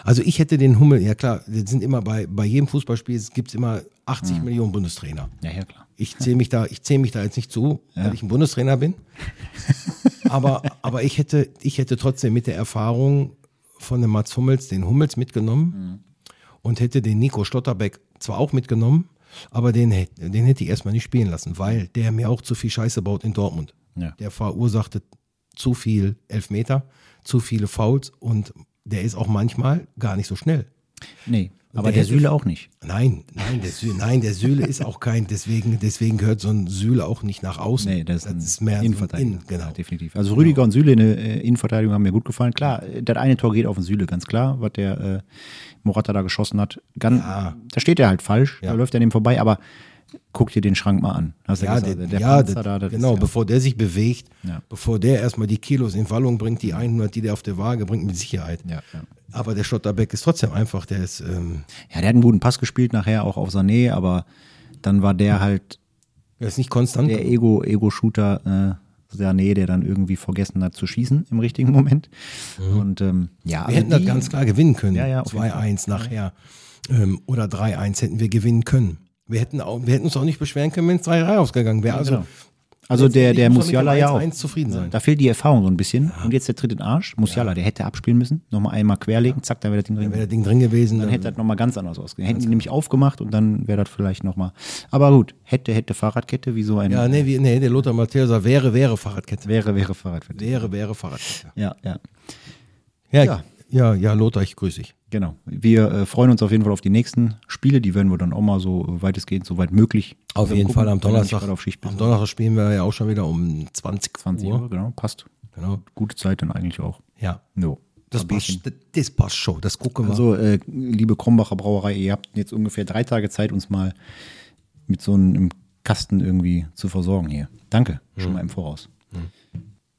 also ich hätte den Hummel, ja klar, das sind immer bei, bei jedem Fußballspiel gibt es immer 80 Millionen Bundestrainer.
Ja, ja, klar.
Ich zähle mich, da, ich zähl mich da jetzt nicht zu, weil ich ein Bundestrainer bin. aber aber ich, hätte, ich hätte trotzdem mit der Erfahrung von dem Mats Hummels den Hummels mitgenommen und hätte den Nico Stotterbeck zwar auch mitgenommen, aber den, hätt- den hätte ich erstmal nicht spielen lassen, weil der mir auch zu viel Scheiße baut in Dortmund.
Ja.
Der verursachte zu viel Elfmeter, zu viele Fouls und der ist auch manchmal gar nicht so schnell.
Nee, aber
der
der
hätte-
Süle auch nicht.
Nein, nein, der Süle, nein, der Süle ist auch kein, deswegen, deswegen gehört so ein Süle auch nicht nach außen.
Nee, das ist, ein
so ein
Innenverteidiger.
Innen, genau.
Ja, definitiv. Also Rüdiger und Süle in der äh, Innenverteidigung haben mir gut gefallen. Klar, äh, das eine Tor geht auf den Süle, ganz klar, was der äh, Morata da geschossen hat. Gan, Da steht er halt falsch, da läuft er an ihm vorbei, aber guck dir den Schrank mal an. Hast du
Ja,
gesagt,
der,
der
ja
Panzer
der,
da, das
genau,
ist ja,
bevor der sich bewegt,
Ja.
bevor der erstmal die Kilos in Wallung bringt, die 100, die der auf der Waage bringt, mit Sicherheit.
ja, ja.
Aber der Schotterbeck ist trotzdem einfach, der ist, ähm,
ja, der hat einen guten Pass gespielt nachher auch auf Sané, aber dann war der halt
der ist nicht konstant.
der Ego, Ego-Shooter äh, Sané, der dann irgendwie vergessen hat zu schießen im richtigen Moment. Und ähm, ja,
Mhm. wir
also
hätten das
die-
ganz klar gewinnen können.
Ja, ja, auf jeden
2-1 nachher. Ähm, oder 3-1 hätten wir gewinnen können. Wir hätten, auch, wir hätten uns auch nicht beschweren können, wenn es 3-3 ausgegangen wäre. Also,
genau. also der, der
letztendlich muss man
Musiala
mit dem
ja auch.
1-1 zufrieden sein.
Da fehlt die Erfahrung so ein bisschen. Und jetzt der dritte Arsch. Musiala, der hätte abspielen müssen. Nochmal einmal querlegen, zack, dann wäre das Ding drin.
Wäre das Ding drin gewesen,
dann
dann genau.
hätte das nochmal ganz anders ausgesehen. Hätten die nämlich aufgemacht und dann wäre das vielleicht nochmal. Aber gut, hätte, hätte Fahrradkette, wie so ein
Ja, nee, wie, nee, der Lothar Matthäuser wäre, wäre Fahrradkette.
wäre, wäre Fahrradkette.
Wäre, wäre Fahrradkette.
Ja, ja,
Ja, ja, ja, Lothar, ich grüße dich.
genau. Wir äh, freuen uns auf jeden Fall auf die nächsten Spiele. Die werden wir dann auch mal so äh, weitestgehend, soweit möglich.
Auf
dann
jeden
Also gucken,
Fall am
wenn du nicht
Donnerstag.
gerade Auf Schicht bist.
am Donnerstag spielen wir ja auch schon wieder um 20,
20
Uhr.
Uhr, genau. Passt.
Genau.
Gute Zeit dann eigentlich auch.
Ja.
No.
Das passt, das passt schon. Das gucken wir.
Also, äh, liebe Krombacher Brauerei, ihr habt jetzt ungefähr drei Tage Zeit, uns mal mit so einem Kasten irgendwie zu versorgen hier. Danke, schon mal im Voraus.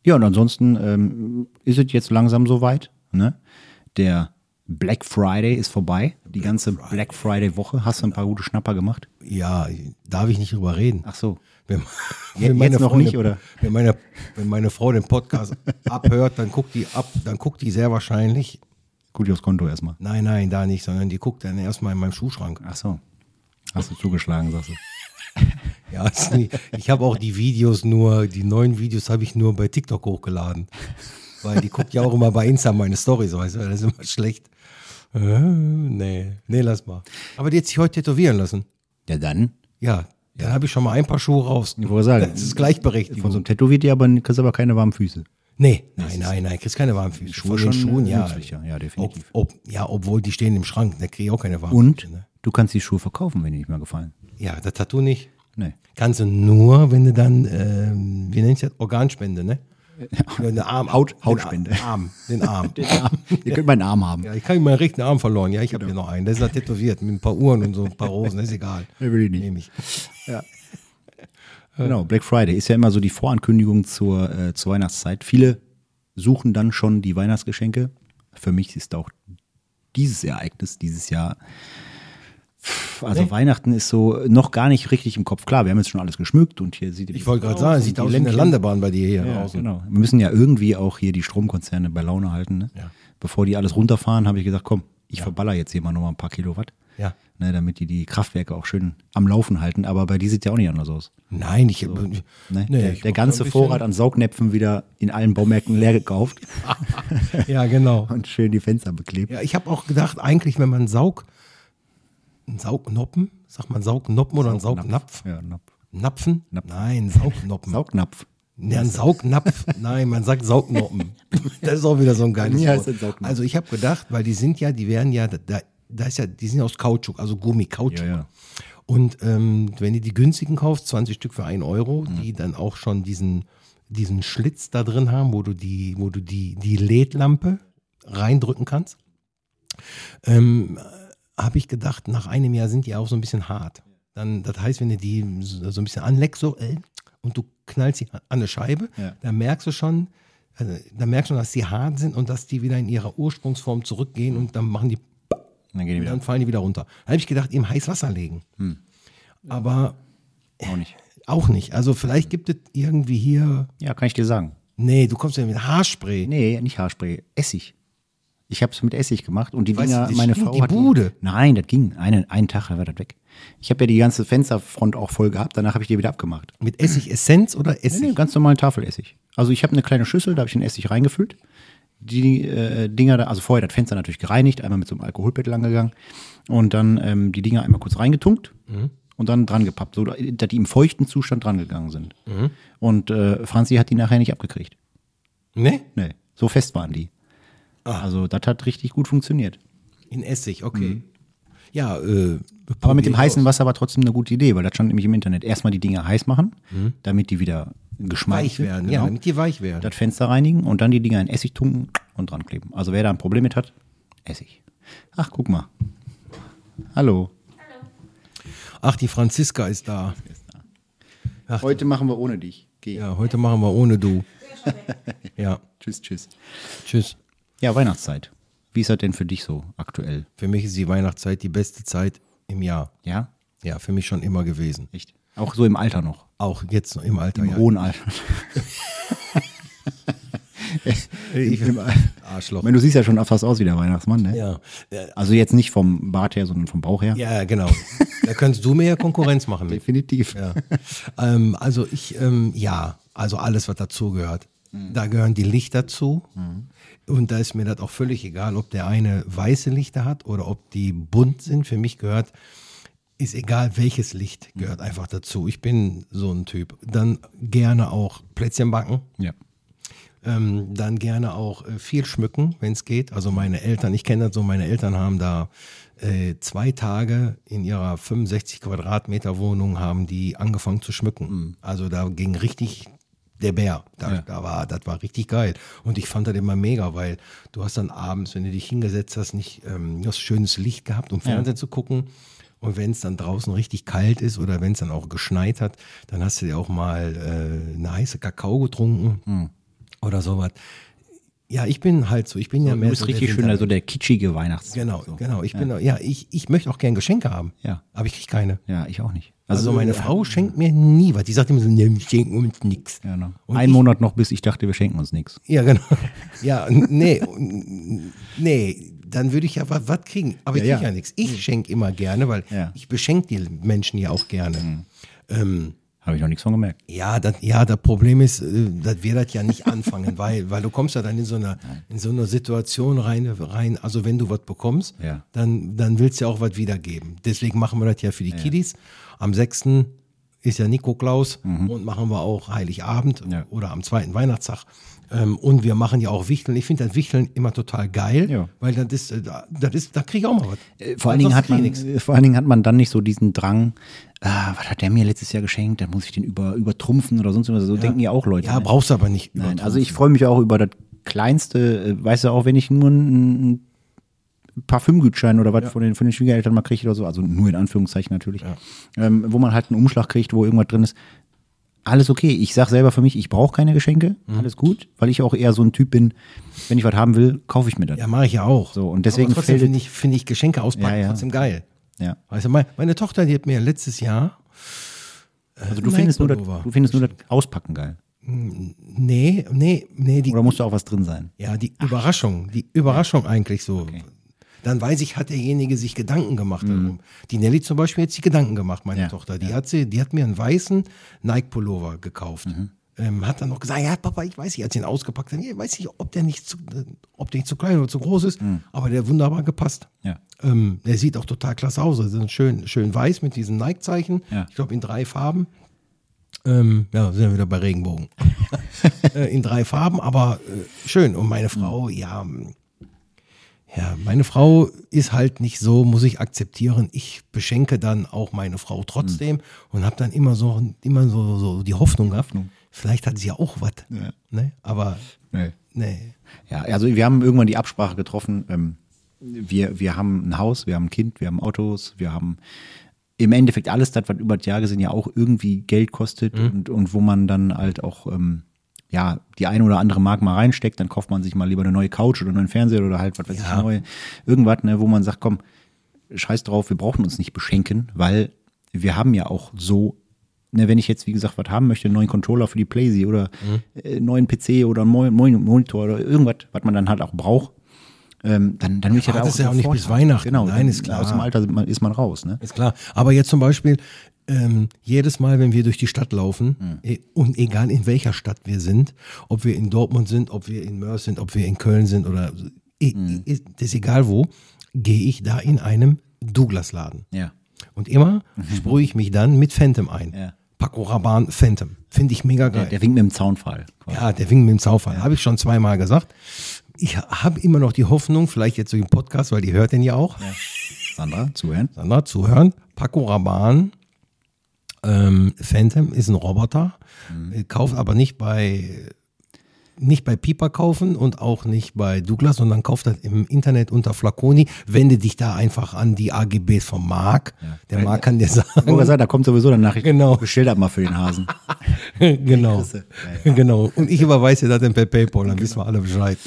Ja, und ansonsten ähm, ist es jetzt langsam soweit. Ne? Der Black Friday ist vorbei. Die ganze Black Friday-Woche. Hast du ein paar gute Schnapper gemacht?
ja, darf ich nicht drüber reden.
Ach so.
Wenn,
Je- jetzt noch
Frau
nicht,
den-
oder?
Wenn meine, wenn meine Frau den
(laughs)
Podcast abhört, dann guckt die ab, dann guckt die sehr wahrscheinlich.
Gut aufs Konto erstmal.
Nein, nein, da nicht, sondern die guckt dann erstmal in meinem Schuhschrank.
Ach so. Hast du zugeschlagen, sagst du.
Ja, (laughs) ist nie, ich habe auch die Videos nur, die neuen Videos habe ich nur bei TikTok hochgeladen. Weil die guckt ja auch immer bei Insta meine Stories, weißt du, das ist immer schlecht. Äh, nee, nee, lass mal. Aber die hat sich heute tätowieren lassen.
Ja, dann.
Ja, dann habe ich schon mal ein paar Schuhe raus.
Ich wollte sagen,
Das ist
Von
gleichberechtigt.
so einem Tattoo wird dir aber, kriegst aber keine warmen Füße.
Nee, nein, nein, nein, kriegst keine warmen Füße. Von
Schuhe
den
schon,
Schuhen,
äh,
ja.
nützlicher, ja, definitiv.
Ob, ob, ja, obwohl die stehen im Schrank, da krieg ich auch keine warmen
Und
Füße, ne?
du kannst die Schuhe verkaufen, wenn die nicht mehr gefallen.
Ja, das Tattoo nicht.
Nee.
Kannst du nur, wenn du dann, ähm, wie nennt sich das, Organspende, ne? Oder eine Arm,
Haut- Hautspende.
Den Arm, den
(laughs)
Arm.
Ihr könnt meinen Arm Genau. haben.
ja, ich kann meinen rechten Arm verloren. Ja, ich habe hier noch einen. Der ist da tätowiert mit ein paar Uhren und so ein paar Rosen. Das ist egal.
(laughs) Nee, will ich nicht.
Nehme ich.
Genau, Black Friday ist ja immer so die Vorankündigung zur, äh, zur Weihnachtszeit. Viele suchen dann schon die Weihnachtsgeschenke. Für mich ist auch dieses Ereignis, dieses Jahr. Pff, Also Weihnachten ist so noch gar nicht richtig im Kopf. Klar, wir haben jetzt schon alles geschmückt und hier sieht
Ich wollte gerade sagen, sieht aus wie eine Landebahn bei dir hier
Ja,
draußen.
genau. Wir müssen ja irgendwie auch hier die Stromkonzerne bei Laune halten. Ne?
Ja.
Bevor die alles runterfahren, habe ich gesagt, komm, ich verballer jetzt hier mal nochmal ein paar Kilowatt.
Ja.
Ne, damit die die Kraftwerke auch schön am Laufen halten. Aber bei die sieht ja auch nicht anders aus.
Nein, ich,
genau. Ne?
nee,
der
ich
der
mach da
ganze
ein bisschen-
Vorrat an Saugnäpfen wieder in allen Baumärkten leer gekauft (laughs)
Ja, genau.
und schön die Fenster beklebt.
Ja, ich habe auch gedacht, eigentlich, wenn man Saug, ein Saugnoppen, sagt man Saugnoppen oder ein Saugnapf?
Ja, Napf.
Napfen?
(laughs)
Nein, Saugnoppen.
Saugnapf.
Ja, ein Saugnapf. Nein, man sagt
(laughs)
Saugnoppen. Das ist auch wieder so ein geiles
Bei mir heißt
Wort.
es Saugnapf.
Also ich habe gedacht, weil die sind ja, die werden ja, da, da ist ja, die sind ja aus Kautschuk, also Gummi, Kautschuk.
Ja, ja.
Und ähm, wenn du die günstigen kaufst, 20 Stück für 1 Euro, die dann auch schon diesen, diesen Schlitz da drin haben, wo du die, wo du die, die LED-Lampe reindrücken kannst, ähm, habe ich gedacht, nach einem Jahr sind die auch so ein bisschen hart. Dann, das heißt, wenn du die so so ein bisschen anleckst so, äh, und du knallst sie an eine Scheibe,
Ja.
dann merkst du schon, also, dann merkst du, dass die hart sind und dass die wieder in ihrer Ursprungsform zurückgehen und dann machen die
Und Dann gehen die
und
wieder.
dann fallen die wieder runter. Da habe ich gedacht, ihm heiß Wasser legen.
Hm.
Aber
Auch nicht.
auch nicht. Also vielleicht gibt es irgendwie hier.
Ja, kann ich dir sagen.
Nee, du kommst ja mit Haarspray.
Nee, nicht Haarspray, Essig. Ich habe es mit Essig gemacht und die
Weißt
Dinger,
du, das
meine
stinkt
Frau
die
hat
Bude.
Nein, das ging. Einen, einen Tag, dann war das weg. Ich habe ja die ganze Fensterfront auch voll gehabt, danach habe ich die wieder abgemacht.
Mit Essigessenz oder
Nee, nee,
Essig?
ganz normalen Tafelessig. Also ich habe eine kleine Schüssel, da habe ich den Essig reingefüllt. Die äh, Dinger da, also vorher das Fenster natürlich gereinigt, einmal mit so einem Alkoholbettel angegangen und dann ähm, die Dinger einmal kurz reingetunkt und dann dran gepappt, so, da- dass die im feuchten Zustand drangegangen sind. Und äh, Franzi hat die nachher nicht abgekriegt.
Nee?
Nee, so fest waren die.
Ah.
Also das hat richtig gut funktioniert.
In Essig, okay. Ja, äh,
Hm. Aber mit dem
probier ich
heißen
aus.
Wasser war trotzdem eine gute Idee, weil das stand nämlich im Internet. Erstmal die Dinger heiß machen, damit die wieder
Mhm. weich
geschmeidig sind.
werden. Ja,
genau.
damit die weich werden.
das Fenster reinigen und dann die Dinger in Essig tunken und dran kleben. Also wer da ein Problem mit hat, Essig. Ach, guck mal. Hallo.
Ach, die Franziska ist da. Ach,
Heute machen wir ohne dich. Geh.
Ja, heute machen wir ohne
(laughs)
du. Ja,
Tschüss, tschüss.
tschüss.
Ja, Weihnachtszeit. Wie ist das denn für dich so aktuell?
Für mich ist die Weihnachtszeit die beste Zeit im Jahr.
Ja?
Ja, für mich schon immer gewesen.
Echt? Auch so im Alter noch.
Auch jetzt noch im Alter.
Im
ja.
hohen
(laughs)
Alter. (laughs) Im-
Arschloch.
Wenn du siehst ja schon fast aus wie der Weihnachtsmann, ne?
Ja. ja,
Also jetzt nicht vom Bart her, sondern vom Bauch her.
ja, genau. Da könntest du mir ja Konkurrenz machen mit.
Definitiv.
Ja. ähm, also ich, ähm, ja, also alles, was dazugehört. Da gehören die Lichter zu. Und da ist mir das auch völlig egal, ob der eine weiße Lichter hat oder ob die bunt sind. Für mich gehört, ist egal welches Licht, gehört einfach dazu. Ich bin so ein Typ. Dann gerne auch Plätzchen backen.
Ja.
Ähm, dann gerne auch äh, viel schmücken, wenn es geht. Also meine Eltern, ich kenne das so, meine Eltern haben da äh, zwei Tage in ihrer 65 Quadratmeter Wohnung haben die angefangen zu schmücken. Also da ging richtig der Bär. Da, da war, das war richtig geil. Und ich fand das immer mega, weil du hast dann abends, wenn du dich hingesetzt hast, nicht ähm, du hast schönes Licht gehabt, um Fernsehen zu gucken. Und wenn es dann draußen richtig kalt ist oder wenn es dann auch geschneit hat, dann hast du dir auch mal äh, eine heiße Kakao getrunken
Hm.
oder sowas. Ja, ich bin halt so, ich bin ja
Du
mehr
bist
so der
richtig schön,
Winter-
also der kitschige Weihnachtsmann.
Genau, genau. Ich bin ja, ich, ich möchte auch gern Geschenke haben.
Ja.
Aber ich kriege keine.
Ja, ich auch nicht.
Also, meine Frau schenkt mir nie was. Die sagt immer so, nee, wir schenken uns nichts.
Ja, genau.
Und
Ein
ich-
Monat noch, bis ich dachte, wir schenken uns nichts.
Ja, genau. Ja, n- nee, n- nee, dann würde ich ja was kriegen. Aber ich
Ja,
kriege ja,
ja.
nichts. Ich schenke immer gerne, weil
Ja. Mhm.
ich beschenke die Menschen ja auch gerne.
Habe ich noch nichts von gemerkt.
Ja, das, ja, das Problem ist, äh, dass wir das ja nicht anfangen, (laughs) weil, weil du kommst ja dann in so eine, in so eine Situation rein, rein, also wenn du was bekommst,
Ja.
dann, dann willst du ja auch was wiedergeben. Deswegen machen wir das ja für die Kiddies. Am 6. ist ja Nico Klaus und machen wir auch Heiligabend
Mhm. Ja.
oder am zweiten Weihnachtstag. Ähm, und wir machen ja auch Wichteln. Ich finde das Wichteln immer total geil,
Ja.
weil das ist, äh, das ist, da kriege ich auch mal was.
Äh, Vor allen, Dingen hat
Ansonsten
man,
krieg ich nix.
äh, vor allen Dingen hat man dann nicht so diesen Drang, ah, was hat der mir letztes Jahr geschenkt, dann muss ich den über, übertrumpfen oder sonst was. So denken ja auch Leute.
Ja,
ne?
brauchst du aber nicht.
Nein,
übertreiben.
also ich freue mich auch über das kleinste, äh, weißt du auch, wenn ich nur einen einen Parfümgutschein oder was von, den, von den Schwiegereltern mal kriege oder so, also nur in Anführungszeichen natürlich, ähm, wo man halt einen Umschlag kriegt, wo irgendwas drin ist. Alles okay. Ich sag selber für mich, ich brauche keine Geschenke, alles gut, weil ich auch eher so ein Typ bin, wenn ich was haben will, kaufe ich mir das.
Ja, mache ich ja auch.
So, und deswegen
Aber trotzdem
fällt-
finde ich, finde ich Geschenke auspacken
Ja, ja.
trotzdem geil.
Ja.
Weißt du, meine, meine Tochter, die hat mir letztes Jahr,
Also du findest, nur das,
Pullover.
du findest nur das Auspacken geil.
nee, nee, nee, die,
Oder muss da auch was drin sein?
ja, die Überraschung, die Überraschung eigentlich so. Dann weiß ich, hat derjenige sich Gedanken gemacht darum. Die Nelly zum Beispiel hat sich Gedanken gemacht, meine
Mhm. Ja,
Tochter. Die, hat sie, die hat mir einen weißen Nike-Pullover gekauft.
Mhm.
Ähm, hat dann noch gesagt, ja, Papa, ich weiß nicht, als ich ihn ausgepackt habe, ich weiß nicht, ob der nicht zu, ob der nicht zu klein oder zu groß ist,
Mhm.
aber der hat wunderbar gepasst.
Ja.
Ähm, der sieht auch total klasse aus. Also schön, schön weiß mit diesen Nike-Zeichen.
Ja.
Ich glaube in drei Farben. Ähm, ja, sind wir wieder bei (laughs) Regenbogen. äh, in drei Farben, aber äh, schön. Und meine Frau, ja, m, ja, meine Frau ist halt nicht so, muss ich akzeptieren. Ich beschenke dann auch meine Frau trotzdem und habe dann immer so, immer so, so die Hoffnung gehabt, vielleicht hat sie ja auch was. Ne? Aber ne.
Nee.
nee.
Ja, also wir haben irgendwann die Absprache getroffen. Ähm, wir, wir haben ein Haus, wir haben ein Kind, wir haben Autos, wir haben im Endeffekt alles das, was über das Jahr gesehen ja auch irgendwie Geld kostet
Mhm.
und, und wo man dann halt auch ähm, ja, die eine oder andere Mark mal reinsteckt, dann kauft man sich mal lieber eine neue Couch oder einen neuen Fernseher oder halt, was weiß ich, neue, irgendwas, ne, wo man sagt, komm, scheiß drauf, wir brauchen uns nicht beschenken, weil wir haben ja auch so, ne, wenn ich jetzt, wie gesagt, was haben möchte, einen neuen Controller für die Playsee oder
Mhm.
äh, einen neuen PC oder einen neuen- neuen Monitor oder irgendwas, was man dann halt auch braucht, ähm, dann, dann will ich ja,
wartest ja auch nicht
sofort
bis
haben.
Weihnachten.
Genau,
Nein,
dann-
ist klar.
Aus dem Alter sind man- ist man raus, ne?
Ist klar. Aber jetzt zum Beispiel, ähm, jedes Mal, wenn wir durch die Stadt
Hm.
laufen, e und egal in welcher Stadt wir sind, ob wir in Dortmund sind, ob wir in Mörs sind, ob wir in Köln sind oder e
Hm.
e das ist egal wo, gehe ich da in einem Douglas-Laden.
Ja.
Und
(laughs)
immer sprühe ich mich dann mit Phantom ein.
Ja.
Paco Rabanne Phantom. Finde ich mega geil.
Der winkt mit dem Zaunfall. quasi.
Ja, der Wink mit dem Zaufall. Habe ich schon zweimal gesagt. Ich habe immer noch die Hoffnung, vielleicht jetzt durch den Podcast, weil die hört den ja auch.
Sandra, zuhören.
Sandra, zuhören. Paco Rabanne, ähm, Phantom ist ein Roboter, äh, kauft aber nicht bei nicht bei Piper kaufen und auch nicht bei Douglas, sondern kauf das im Internet unter Flaconi. Wende dich da einfach an die AGBs vom Marc. Der
Weil-
Marc kann dir sagen. (laughs)
Sagen, da kommt sowieso eine Nachricht.
Genau.
Beschildert mal für
(laughs)
den Hasen.
genau.
Grüße.
genau. Und ich überweise dir das dann per PayPal, dann wissen wir alle Bescheid.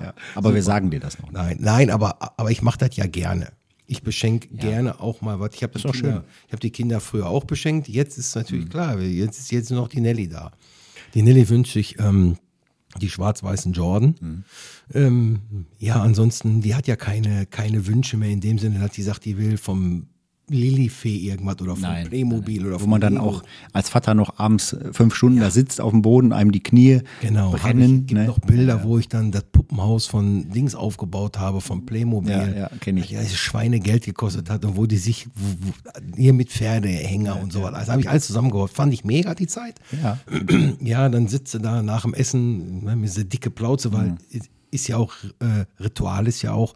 ja. Aber wir sagen dir das noch. ne?
Nein, nein, aber, aber ich mache das ja gerne. Ich beschenke gerne auch mal was. Ich habe die, Kinder- ich hab die Kinder früher auch beschenkt. Jetzt ist natürlich
Hm.
klar, jetzt ist jetzt nur noch die Nelly da. Die Nelly wünscht sich ähm, die schwarz-weißen Jordan.
Hm.
Ähm, ja, ansonsten, die hat ja keine, keine Wünsche mehr in dem Sinne, dass sie sagt, die will vom Lilifee irgendwas oder vom
Nein,
Playmobil oder
Wo
vom
man dann
Lego.
auch als Vater noch abends äh, fünf Stunden da sitzt auf dem Boden, einem die Knie
Genau, hab
brennen.
ich, gibt
ne?
noch Bilder, wo ich dann das Puppenhaus von Dings aufgebaut habe, von Playmobil.
Ja, ja, kenn ich.
Ja, es Schweinegeld gekostet hat und wo die sich wo, wo, hier mit Pferdehänger und so was. Also habe ich alles zusammengeholt. Fand ich mega die Zeit.
Ja.
Ja, dann sitzt du da nach dem Essen, ne, mit dieser dicke Plauze, weil es ist ja auch, äh, Ritual ist ja auch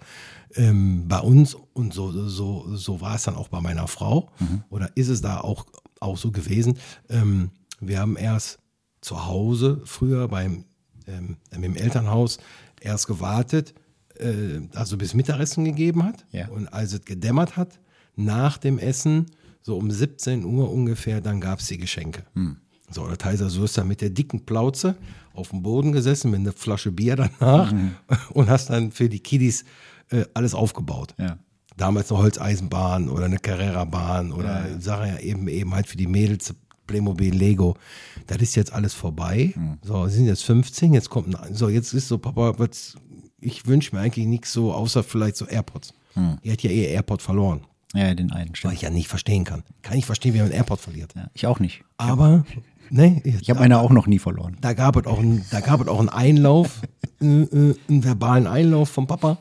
ähm, bei uns und so, so, so war es dann auch bei meiner Frau oder ist es da auch, auch so gewesen. Ähm, wir haben erst zu Hause früher beim ähm, im Elternhaus erst gewartet, äh, also bis Mittagessen gegeben hat
Ja.
und als es gedämmert hat, nach dem Essen, so um 17 Uhr ungefähr, dann gab es die Geschenke. So, das heißt also, du hast dann mit der dicken Plauze auf dem Boden gesessen, mit einer Flasche Bier danach (laughs) und hast dann für die Kiddies äh, alles aufgebaut.
Ja.
Damals eine Holzeisenbahn oder eine Carrera-Bahn oder, ich sage ja eben, eben halt für die Mädels Playmobil, Lego. Das ist jetzt alles vorbei. So, sie sind jetzt 15, jetzt kommt ein, so, jetzt ist so, Papa, was, ich wünsche mir eigentlich nichts so, außer vielleicht so AirPods. Die hat ja eh AirPod verloren,
ja, den einen.
weil
Stimmt.
ich ja nicht verstehen kann. Kann ich verstehen, wie man einen AirPod verliert.
Ja, ich auch nicht.
Aber, ne,
Ich habe meine auch noch nie verloren.
da gab es auch einen, da gab es auch einen Einlauf, (laughs) äh, äh, einen verbalen Einlauf vom Papa.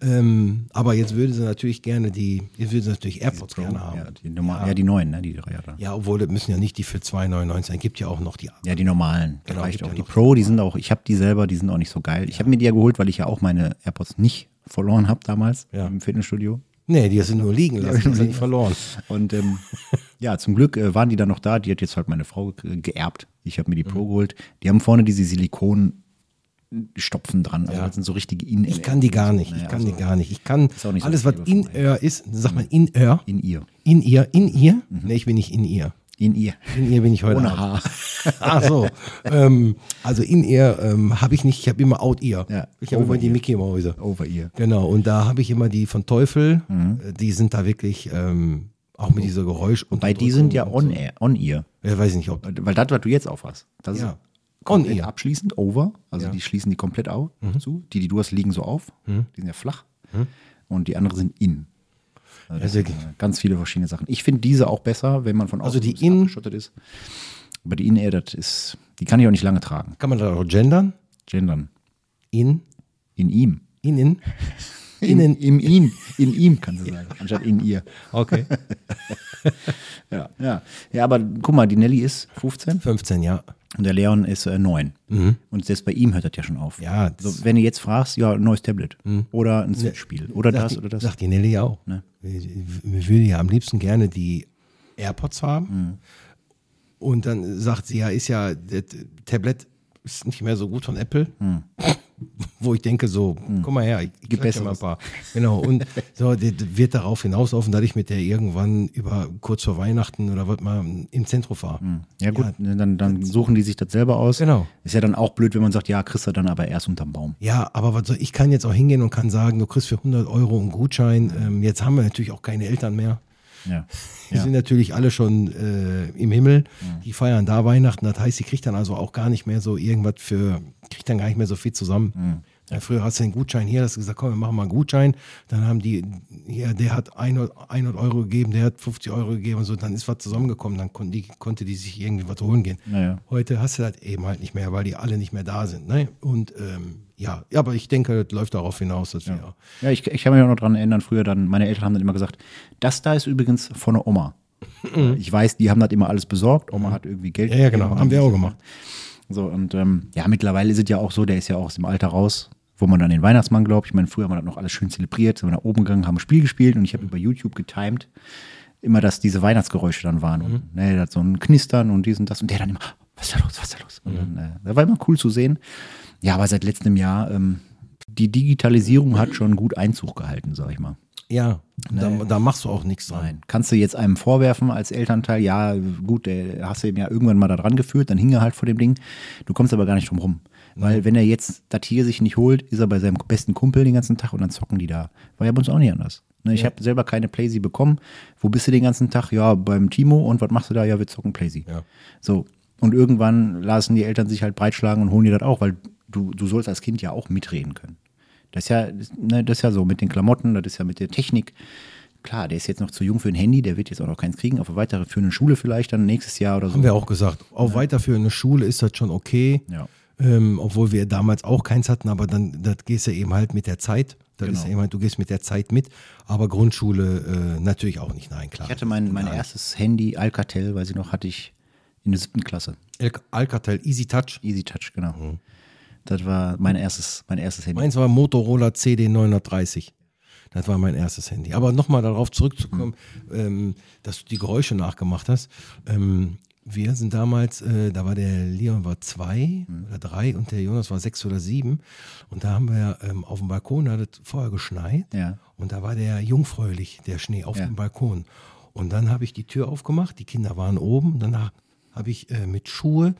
Ähm, aber jetzt würde sie natürlich gerne die, jetzt würde sie natürlich AirPods gerne haben.
Ja,
Ja.
die, Nummer, ja. die neuen, ne? Die Dreier da.
obwohl das müssen ja nicht die für 2,99 sein. Gibt ja auch noch die.
Ja, die normalen.
Genau,
Genau, reicht
gibt
auch.
ja
Die
noch
Pro, die sind auch, ich habe die selber, die sind auch nicht so geil. Ich habe mir die ja geholt, weil ich ja auch meine AirPods nicht verloren habe damals
Ja.
im Fitnessstudio.
Nee, die sind nur liegen lassen, die sind verloren. (laughs)
Und ähm, ja, zum Glück äh, waren die dann noch da. Die hat jetzt halt meine Frau ge geerbt. Ich habe mir die
Mhm.
Pro geholt. Die haben vorne diese Silikonstopfen dran. Also das sind so richtige in äh,
Ich kann die gar nicht. Ich
Naja,
kann
also-
die gar nicht. Ich kann
auch nicht so
alles, was
das Thema
in
von
ihr ist, sagt man in ihr.
In ihr.
In ihr, in ihr? Nee, ich bin nicht in ihr.
In ihr. Genau.
In ihr bin ich heute.
Ohne
Abend.
Haar.
(laughs) Ach so. ähm, also in ihr ähm, habe ich nicht, ich habe immer out ihr.
Ja.
Ich habe immer die
Over-ear.
Mickey-Mäuse.
(laughs) Over ihr.
Genau, und da habe ich immer die von Teufel,
Mhm.
äh, die sind da wirklich ähm, auch mit dieser Geräusch.
Bei die sind ja on, air, on ihr.
Ja, weiß ich nicht, ob.
Weil das, was du jetzt auf hast, das
Ja.
ist komplett
On-ear.
abschließend, over. Also die schließen die komplett au,
Mhm.
zu. Die, die du hast, liegen so auf. Die sind ja flach. Und die anderen sind in. Also das
Also-
sind, äh, ganz viele verschiedene Sachen. Ich finde diese auch besser, wenn man von außen
Also die
ein bisschen
in-
abgeschottet ist. Aber die in-air, das ist, die kann ich auch nicht lange tragen.
Kann man da auch gendern?
Gendern.
In,
In ihm. (laughs)
innen,
In,
innen.
Im ihm. In ihm, kannst du
(laughs)
sagen. Anstatt in ihr.
Okay. (laughs)
Ja. ja. Ja, aber guck mal, die Nelly ist 15.
15, ja.
Und der Leon ist äh, neun. Und selbst bei ihm hört das ja schon auf.
Mhm. Ja, das-
also, wenn du jetzt fragst, ja, ein neues Tablet oder ein Switch-Spiel oder
Sagt
das
Mhm. die,
oder das. Ne.
Sagt die Nelly ja auch. Wir, wir würden ja am liebsten gerne die AirPods haben.
Mhm.
Und dann sagt sie, ja, ist ja, das Tablet ist nicht mehr so gut von Apple.
Mhm.
(laughs) Wo ich denke, so, komm mal her, ich
Gibt
klatsch dir mal ein
Mhm. Besseres.
paar. Genau,
(laughs)
und so, das wird darauf hinauslaufen, dass ich mit der irgendwann über kurz vor Weihnachten oder was mal im Zentrum fahre.
Ja gut, ne, dann, dann suchen die sich das selber aus.
Genau.
Ist ja dann auch blöd, wenn man sagt, ja, kriegst du dann aber erst unterm Baum.
Ja, aber was soll, ich kann jetzt auch hingehen und kann sagen, du kriegst für 100 Euro einen Gutschein.
Mhm.
Ähm, jetzt haben wir natürlich auch keine Eltern mehr. (laughs)
Ja. Mhm.
Die sind natürlich alle schon äh, im Himmel. Die feiern da Weihnachten. Das heißt, die kriegt dann also auch gar nicht mehr so irgendwas für, kriegt dann gar nicht mehr so viel zusammen.
Mhm.
Ja, früher hast du den Gutschein hier, hast du gesagt, komm, wir machen mal einen Gutschein. Dann haben die, ja, der hat 100, 100 Euro gegeben, der hat 50 Euro gegeben und so. Dann ist was zusammengekommen. Dann konnten die, konnte die sich irgendwie was holen gehen.
Naja.
Heute hast du das eben halt nicht mehr, weil die alle nicht mehr da sind. Ne? Und ähm, ja. ja, aber ich denke, das läuft darauf hinaus, dass wir
Ja, ich, ich kann mich auch noch dran erinnern, früher dann, meine Eltern haben dann immer gesagt, das da ist übrigens von der Oma. ich weiß, die haben das immer alles besorgt, Oma hat irgendwie Geld.
Mhm. Ja, ja, genau,
gegeben.
haben wir auch gemacht.
So, und ähm, ja, mittlerweile ist es ja auch so, der ist ja auch aus dem Alter raus, wo man dann den Weihnachtsmann glaubt. Ich meine, früher haben wir das noch alles schön zelebriert, sind wir nach oben gegangen, haben ein Spiel gespielt und ich habe über YouTube getimed, immer, dass diese Weihnachtsgeräusche dann waren. Und ne, der hat so ein Knistern und dies und das und der dann immer, was was ist da los, was ist da los? Und dann, äh, das war immer cool zu sehen. Ja, aber seit letztem Jahr, ähm, die Digitalisierung hat schon gut Einzug gehalten, sag ich mal.
Ja, da, da machst du auch nichts dran.
Nein. Kannst du jetzt einem vorwerfen als Elternteil, ja, gut, der hast du ihm ja irgendwann mal da dran geführt, dann hing er halt vor dem Ding. Du kommst aber gar nicht drum rum. Weil wenn er jetzt das hier sich nicht holt, ist er bei seinem besten Kumpel den ganzen Tag und dann zocken die da. War ja bei uns auch nicht anders. Ne, ich habe selber keine Playsee bekommen. Wo bist du den ganzen Tag? Ja, beim Timo. Und was machst du da? Ja, wir zocken Playsee.
Ja.
So. Und irgendwann lassen die Eltern sich halt breitschlagen und holen dir das auch, weil du, du sollst als Kind ja auch mitreden können. Das ist ja, das- ne, das ist ja so mit den Klamotten, das ist ja mit der Technik. Klar, der ist jetzt noch zu jung für ein Handy, der wird jetzt auch noch keins kriegen, auf eine weitere für eine Schule vielleicht dann nächstes Jahr oder so.
Haben wir auch gesagt, auch weiterführende Schule ist das schon okay.
Ja.
Ähm, obwohl wir damals auch keins hatten, aber dann das gehst du eben halt mit der Zeit. Das
Genau.
ist eben halt, du gehst mit der Zeit mit, aber Grundschule äh, natürlich auch nicht. Nein, klar.
Ich hatte mein, mein erstes Handy, Alcatel, weiß ich noch, hatte ich in der siebten Klasse.
El Alcatel Easy Touch.
Easy Touch, genau. Das war mein erstes, mein erstes Handy.
Meins war Motorola CD930. Das war mein erstes Handy. Aber nochmal darauf zurückzukommen,
Hm.
ähm, dass du die Geräusche nachgemacht hast. Ähm, wir sind damals, äh, da war der Leon war zwei
Hm.
oder drei und der Jonas war sechs oder sieben. Und da haben wir ähm, auf dem Balkon, da hat es vorher geschneit.
Ja.
Und da war der jungfräulich, der Schnee auf
Ja.
dem Balkon. Und dann habe ich die Tür aufgemacht, die Kinder waren oben. Danach habe ich äh, mit Schuhe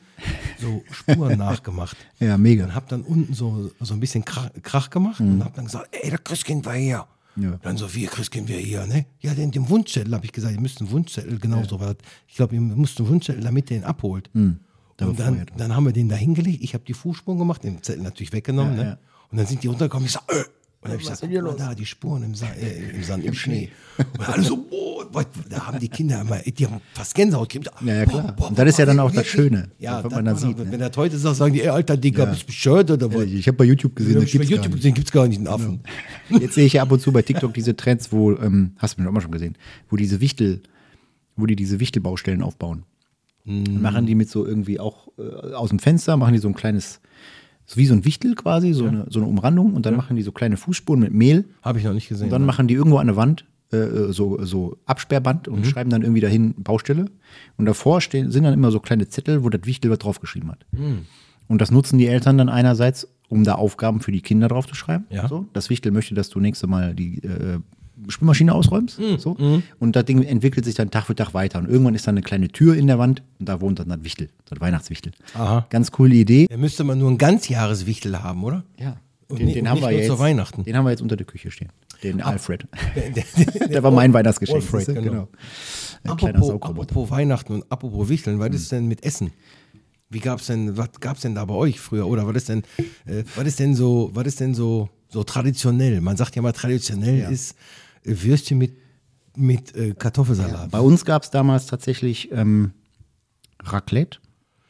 so
(laughs)
Spuren nachgemacht.
Ja, mega.
Und habe dann unten so, so ein bisschen Krach, Krach gemacht und habe dann gesagt, ey, der Christkind war hier.
Mhm. Ja.
Dann so, wir Christkind wir hier, ne? Ja, den, den Wunschzettel habe ich gesagt, ihr müsst einen Wunschzettel, genau so war das. Ich glaube, ihr müsst einen Wunschzettel, damit ihr ihn abholt.
Mhm.
Und dann, dann haben wir den da hingelegt, ich habe die Fußspuren gemacht, den Zettel natürlich weggenommen,
Ja,
ne?
ja.
Und dann sind die runtergekommen, ich sag, äh, und dann hab ich gesagt, guck mal da, die Spuren im, Sa äh, im Sand, im Schnee. Und alle so, (laughs) boah, was? da haben die Kinder immer, die haben fast Gänsehaut gekriegt.
Ja, ja, klar. Und das ist ja dann auch das Schöne,
ja,
was
das
man da sieht, ne?
Wenn das heute sagt, sagen die, ey, alter Dicker, bist du bescheuert oder was?
Ich habe bei YouTube gesehen,
Wenn
das
ich bei
gibt's
YouTube
gar nicht.
gesehen, gibt's gar nicht einen Affen.
Jetzt sehe ich ja ab und zu bei TikTok diese Trends, wo, ähm, hast du mir auch mal schon gesehen, wo diese Wichtel, wo die diese Wichtelbaustellen aufbauen. Dann Machen die mit so irgendwie auch äh, aus dem Fenster, machen die so ein kleines, so wie so ein Wichtel quasi, so, eine, so eine Umrandung und dann machen die so kleine Fußspuren mit Mehl
Habe ich noch nicht gesehen. ne?
und dann machen die irgendwo an der Wand äh, äh, so, so Absperrband
Mhm.
und schreiben dann irgendwie dahin Baustelle. Und davor stehen, sind dann immer so kleine Zettel, wo das Wichtel was draufgeschrieben hat.
Mhm.
Und das nutzen die Eltern dann einerseits, um da Aufgaben für die Kinder draufzuschreiben.
Ja.
So, das Wichtel möchte, dass du nächste Mal die äh, Spülmaschine ausräumst.
Mhm.
So. Und das Ding entwickelt sich dann Tag für Tag weiter. Und irgendwann ist dann eine kleine Tür in der Wand und da wohnt dann das Wichtel, das Weihnachtswichtel.
Aha.
Ganz coole Idee.
Da müsste man nur ein Ganzjahreswichtel haben, oder?
Ja.
Und
Den,
nicht-
den
und
haben
nicht
wir
nur
jetzt.
zu Weihnachten. Ah.
Den haben wir jetzt unter der Küche stehen. Den Alfred.
(laughs) Der- der-
(laughs) Der war mein Weihnachtsgeschenk.
Alfred,
siehste?
genau.
Ein kleiner
apropos,
Saugroboter. Hm.
apropos Weihnachten und apropos Wichteln, was ist denn mit Essen? Wie gab's denn, was gab's denn da bei euch früher? Oder was ist denn, äh, was ist denn so, was ist denn so, so traditionell? Man sagt ja mal, traditionell ist äh, Würstchen mit, mit äh, Kartoffelsalat.
Bei uns gab es damals tatsächlich ähm, Raclette.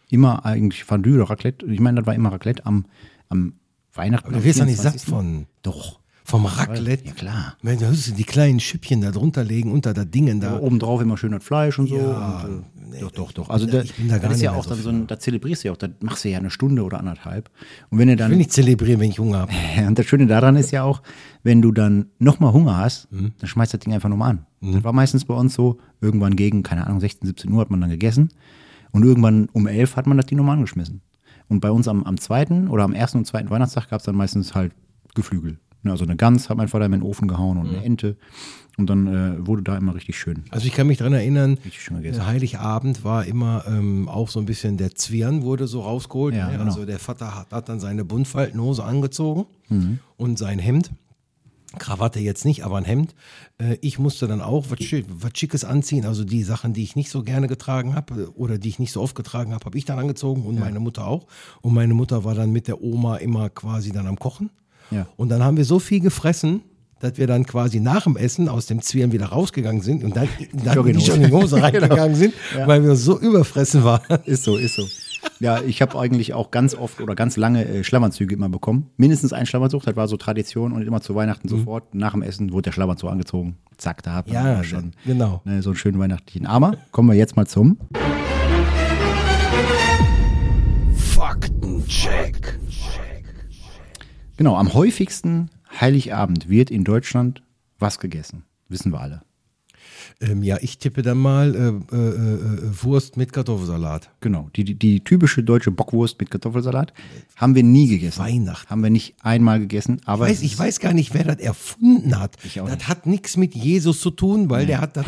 Immer eigentlich Fondue oder Raclette. Ich meine, das war immer Raclette am, am Weihnachten.
du
am
wirst ja nicht satt
24..
von,
Doch.
vom Raclette.
Ja, klar.
Wenn du die kleinen Schüppchen da drunter legen, unter da Dingen da.
Aber obendrauf immer schön das Fleisch und so.
Ja,
und, äh,
nee,
doch, doch, doch.
ich
Also
bin da-
da,
ich bin da gar
das ist ja
nicht mehr
auch
so
dann so ein, da zelebrierst du ja auch, da machst du ja eine Stunde oder anderthalb. Und wenn du
Ich will
dann,
nicht zelebrieren, wenn ich Hunger habe.
(laughs) und das Schöne daran ist ja auch, wenn du dann nochmal Hunger hast, dann schmeißt das Ding einfach nochmal an. Das war meistens bei uns so, irgendwann gegen, keine Ahnung, 16, 17 Uhr hat man dann gegessen und irgendwann um 11 hat man das Ding nochmal angeschmissen. Und bei uns am, am zweiten oder am ersten und zweiten Weihnachtstag gab es dann meistens halt Geflügel. Ne, Also eine Gans hat mein Vater in den Ofen gehauen und eine Ente. Und dann äh, wurde da immer richtig schön.
Also ich kann mich daran erinnern,
schön gegessen.
äh, Heiligabend war immer ähm, auch so ein bisschen der Zwirn wurde so rausgeholt.
Ja,
ne?
genau.
Also der Vater hat, hat dann seine Buntfaltenhose angezogen
Mhm.
und sein Hemd. Krawatte jetzt nicht, aber ein Hemd. Äh, Ich musste dann auch was, Schi- was Schickes anziehen. Also die Sachen, die ich nicht so gerne getragen habe oder die ich nicht so oft getragen habe, habe ich dann angezogen und meine Mutter auch. Und meine Mutter war dann mit der Oma immer quasi dann am Kochen.
Ja.
Und dann haben wir so viel gefressen, dass wir dann quasi nach dem Essen aus dem Zwirn wieder rausgegangen sind und dann, dann in die
Jogginghose. (laughs)
Jogginghose
Genau.
reingegangen sind, weil wir so überfressen waren. (laughs)
Ist so, ist so. Ja, ich habe eigentlich auch ganz oft oder ganz lange äh, Schlammanzüge immer bekommen. Mindestens ein Schlammanzug, das war so Tradition und immer zu Weihnachten sofort. Nach dem Essen wurde der Schlammanzug angezogen. Zack, da hat man
Mhm. Ja,
immer schon
genau.
ne, so einen schönen weihnachtlichen. Aber kommen wir jetzt mal zum.
Faktencheck.
Genau, am häufigsten Heiligabend wird in Deutschland was gegessen. Wissen wir alle.
Ähm, ja, ich tippe dann mal äh, äh, äh, Wurst mit Kartoffelsalat.
Genau, die, die, die typische deutsche Bockwurst mit Kartoffelsalat haben wir nie gegessen.
Weihnachten.
Haben wir nicht einmal gegessen, aber
Weiß,
es
ich
ist-
weiß gar nicht, wer das erfunden hat.
Ich auch
Das
nicht.
hat nichts mit Jesus zu tun, weil der hat das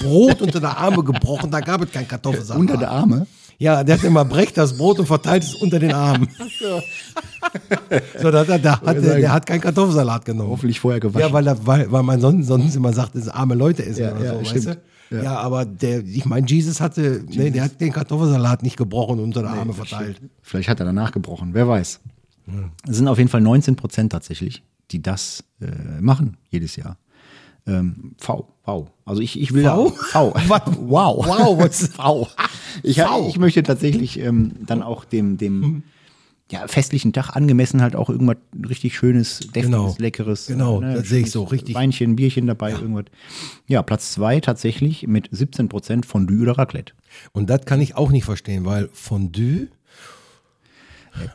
Brot unter der Arme gebrochen. Da gab es
(laughs)
keinen Kartoffelsalat.
unter der Arme.
Ja, der hat immer brecht das Brot und verteilt es unter den
(laughs)
Armen. (laughs) so, da, da, da hat, der, der hat keinen Kartoffelsalat genommen.
Hoffentlich vorher gewaschen.
Ja, weil, da, weil, weil man sonst, sonst immer sagt, dass es arme Leute essen
Ja,
oder
ja,
so,
stimmt.
weißt du?
Ja.
Ja. aber der, ich meine, Jesus hatte, Nee, der hat den Kartoffelsalat nicht gebrochen und unter der Arme verteilt.
Vielleicht hat er danach gebrochen, wer weiß. Es sind auf jeden Fall 19 Prozent tatsächlich, die das äh, machen jedes Jahr. Ähm, v, V. Also ich, ich will
V? (laughs)
V. Wow.
Wow, was-
(laughs)
(laughs)
V. Ich,
V.
ich möchte tatsächlich ähm, dann auch dem,
Mhm.
dem ja, festlichen Tag angemessen halt auch irgendwas richtig Schönes, deftiges,
Genau.
leckeres. ne,
Genau, das sehe ich
schönes
so, richtig.
Weinchen, Bierchen dabei, irgendwas. Ja, Platz zwei tatsächlich mit 17 Prozent Fondue oder Raclette.
Und das kann ich auch nicht verstehen, weil Fondue,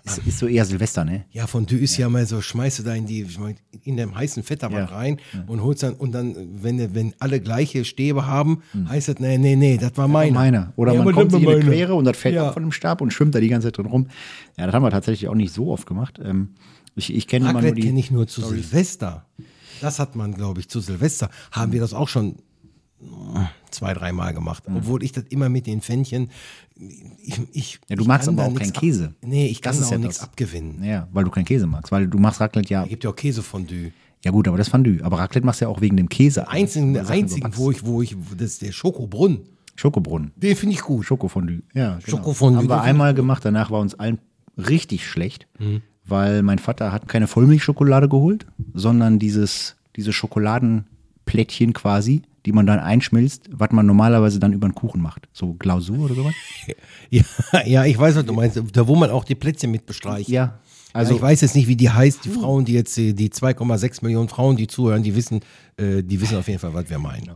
Ist, ist so eher Silvester, ne?
ja, Fondue ist ja, mal so, schmeißt du da in die, ich mein, in dem heißen Fett da mal
Ja.
rein und holst dann, und dann, wenn, wenn alle gleiche Stäbe haben, heißt das, nee, nee, nee, das war meiner.
Hm. meiner. Oder
Ja,
man
aber
kommt
das
sich in
war
eine
meiner.
Quere und das fällt
Ja.
ab von dem Stab und schwimmt da die ganze Zeit drin rum. Ja, das haben wir tatsächlich auch nicht so oft gemacht. Ähm, ich ich kenne immer nur
Raclette
die.
kenne ich nur zu Silvester. Das hat man, glaube ich, zu Silvester. Haben wir das auch schon zwei, dreimal
Hm.
gemacht. Obwohl ich das immer mit den Fännchen. Ich, ich,
Ja, du
ich
magst
kann
aber
da
auch
nix
keinen Käse.
Ab, nee, ich
Das
kann
ist
da auch
ja
nichts
das.
abgewinnen.
Ja, weil du keinen Käse magst. Weil du machst Raclette ja.
Es gibt ja auch Käsefondue.
Ja, gut, aber das Fondue. Aber Raclette machst du ja auch wegen dem Käse.
Einzigen,
Weil
der
Sachen
einzigen,
überbackst.
wo ich, wo ich, das ist der Schokobrunn.
Schokobrunnen.
Den finde ich gut.
Schokofondue. Ja, genau.
Schokofondue,
Haben wir
das
einmal gemacht, danach war uns allen richtig schlecht,
Mhm.
weil mein Vater hat keine Vollmilchschokolade geholt, sondern dieses, diese Schokoladenplättchen quasi, die man dann einschmilzt, was man normalerweise dann über einen Kuchen macht. So Glasur oder sowas.
Ja, (laughs) ja, ich weiß, was du meinst. Da, wo man auch die Plätzchen mit bestreicht.
Ja.
Also
Also
ich weiß jetzt nicht, wie die heißt, die Frauen, die jetzt, äh, die 2,6 Millionen Frauen, die zuhören, die wissen, äh, die wissen auf jeden Fall, was wir meinen.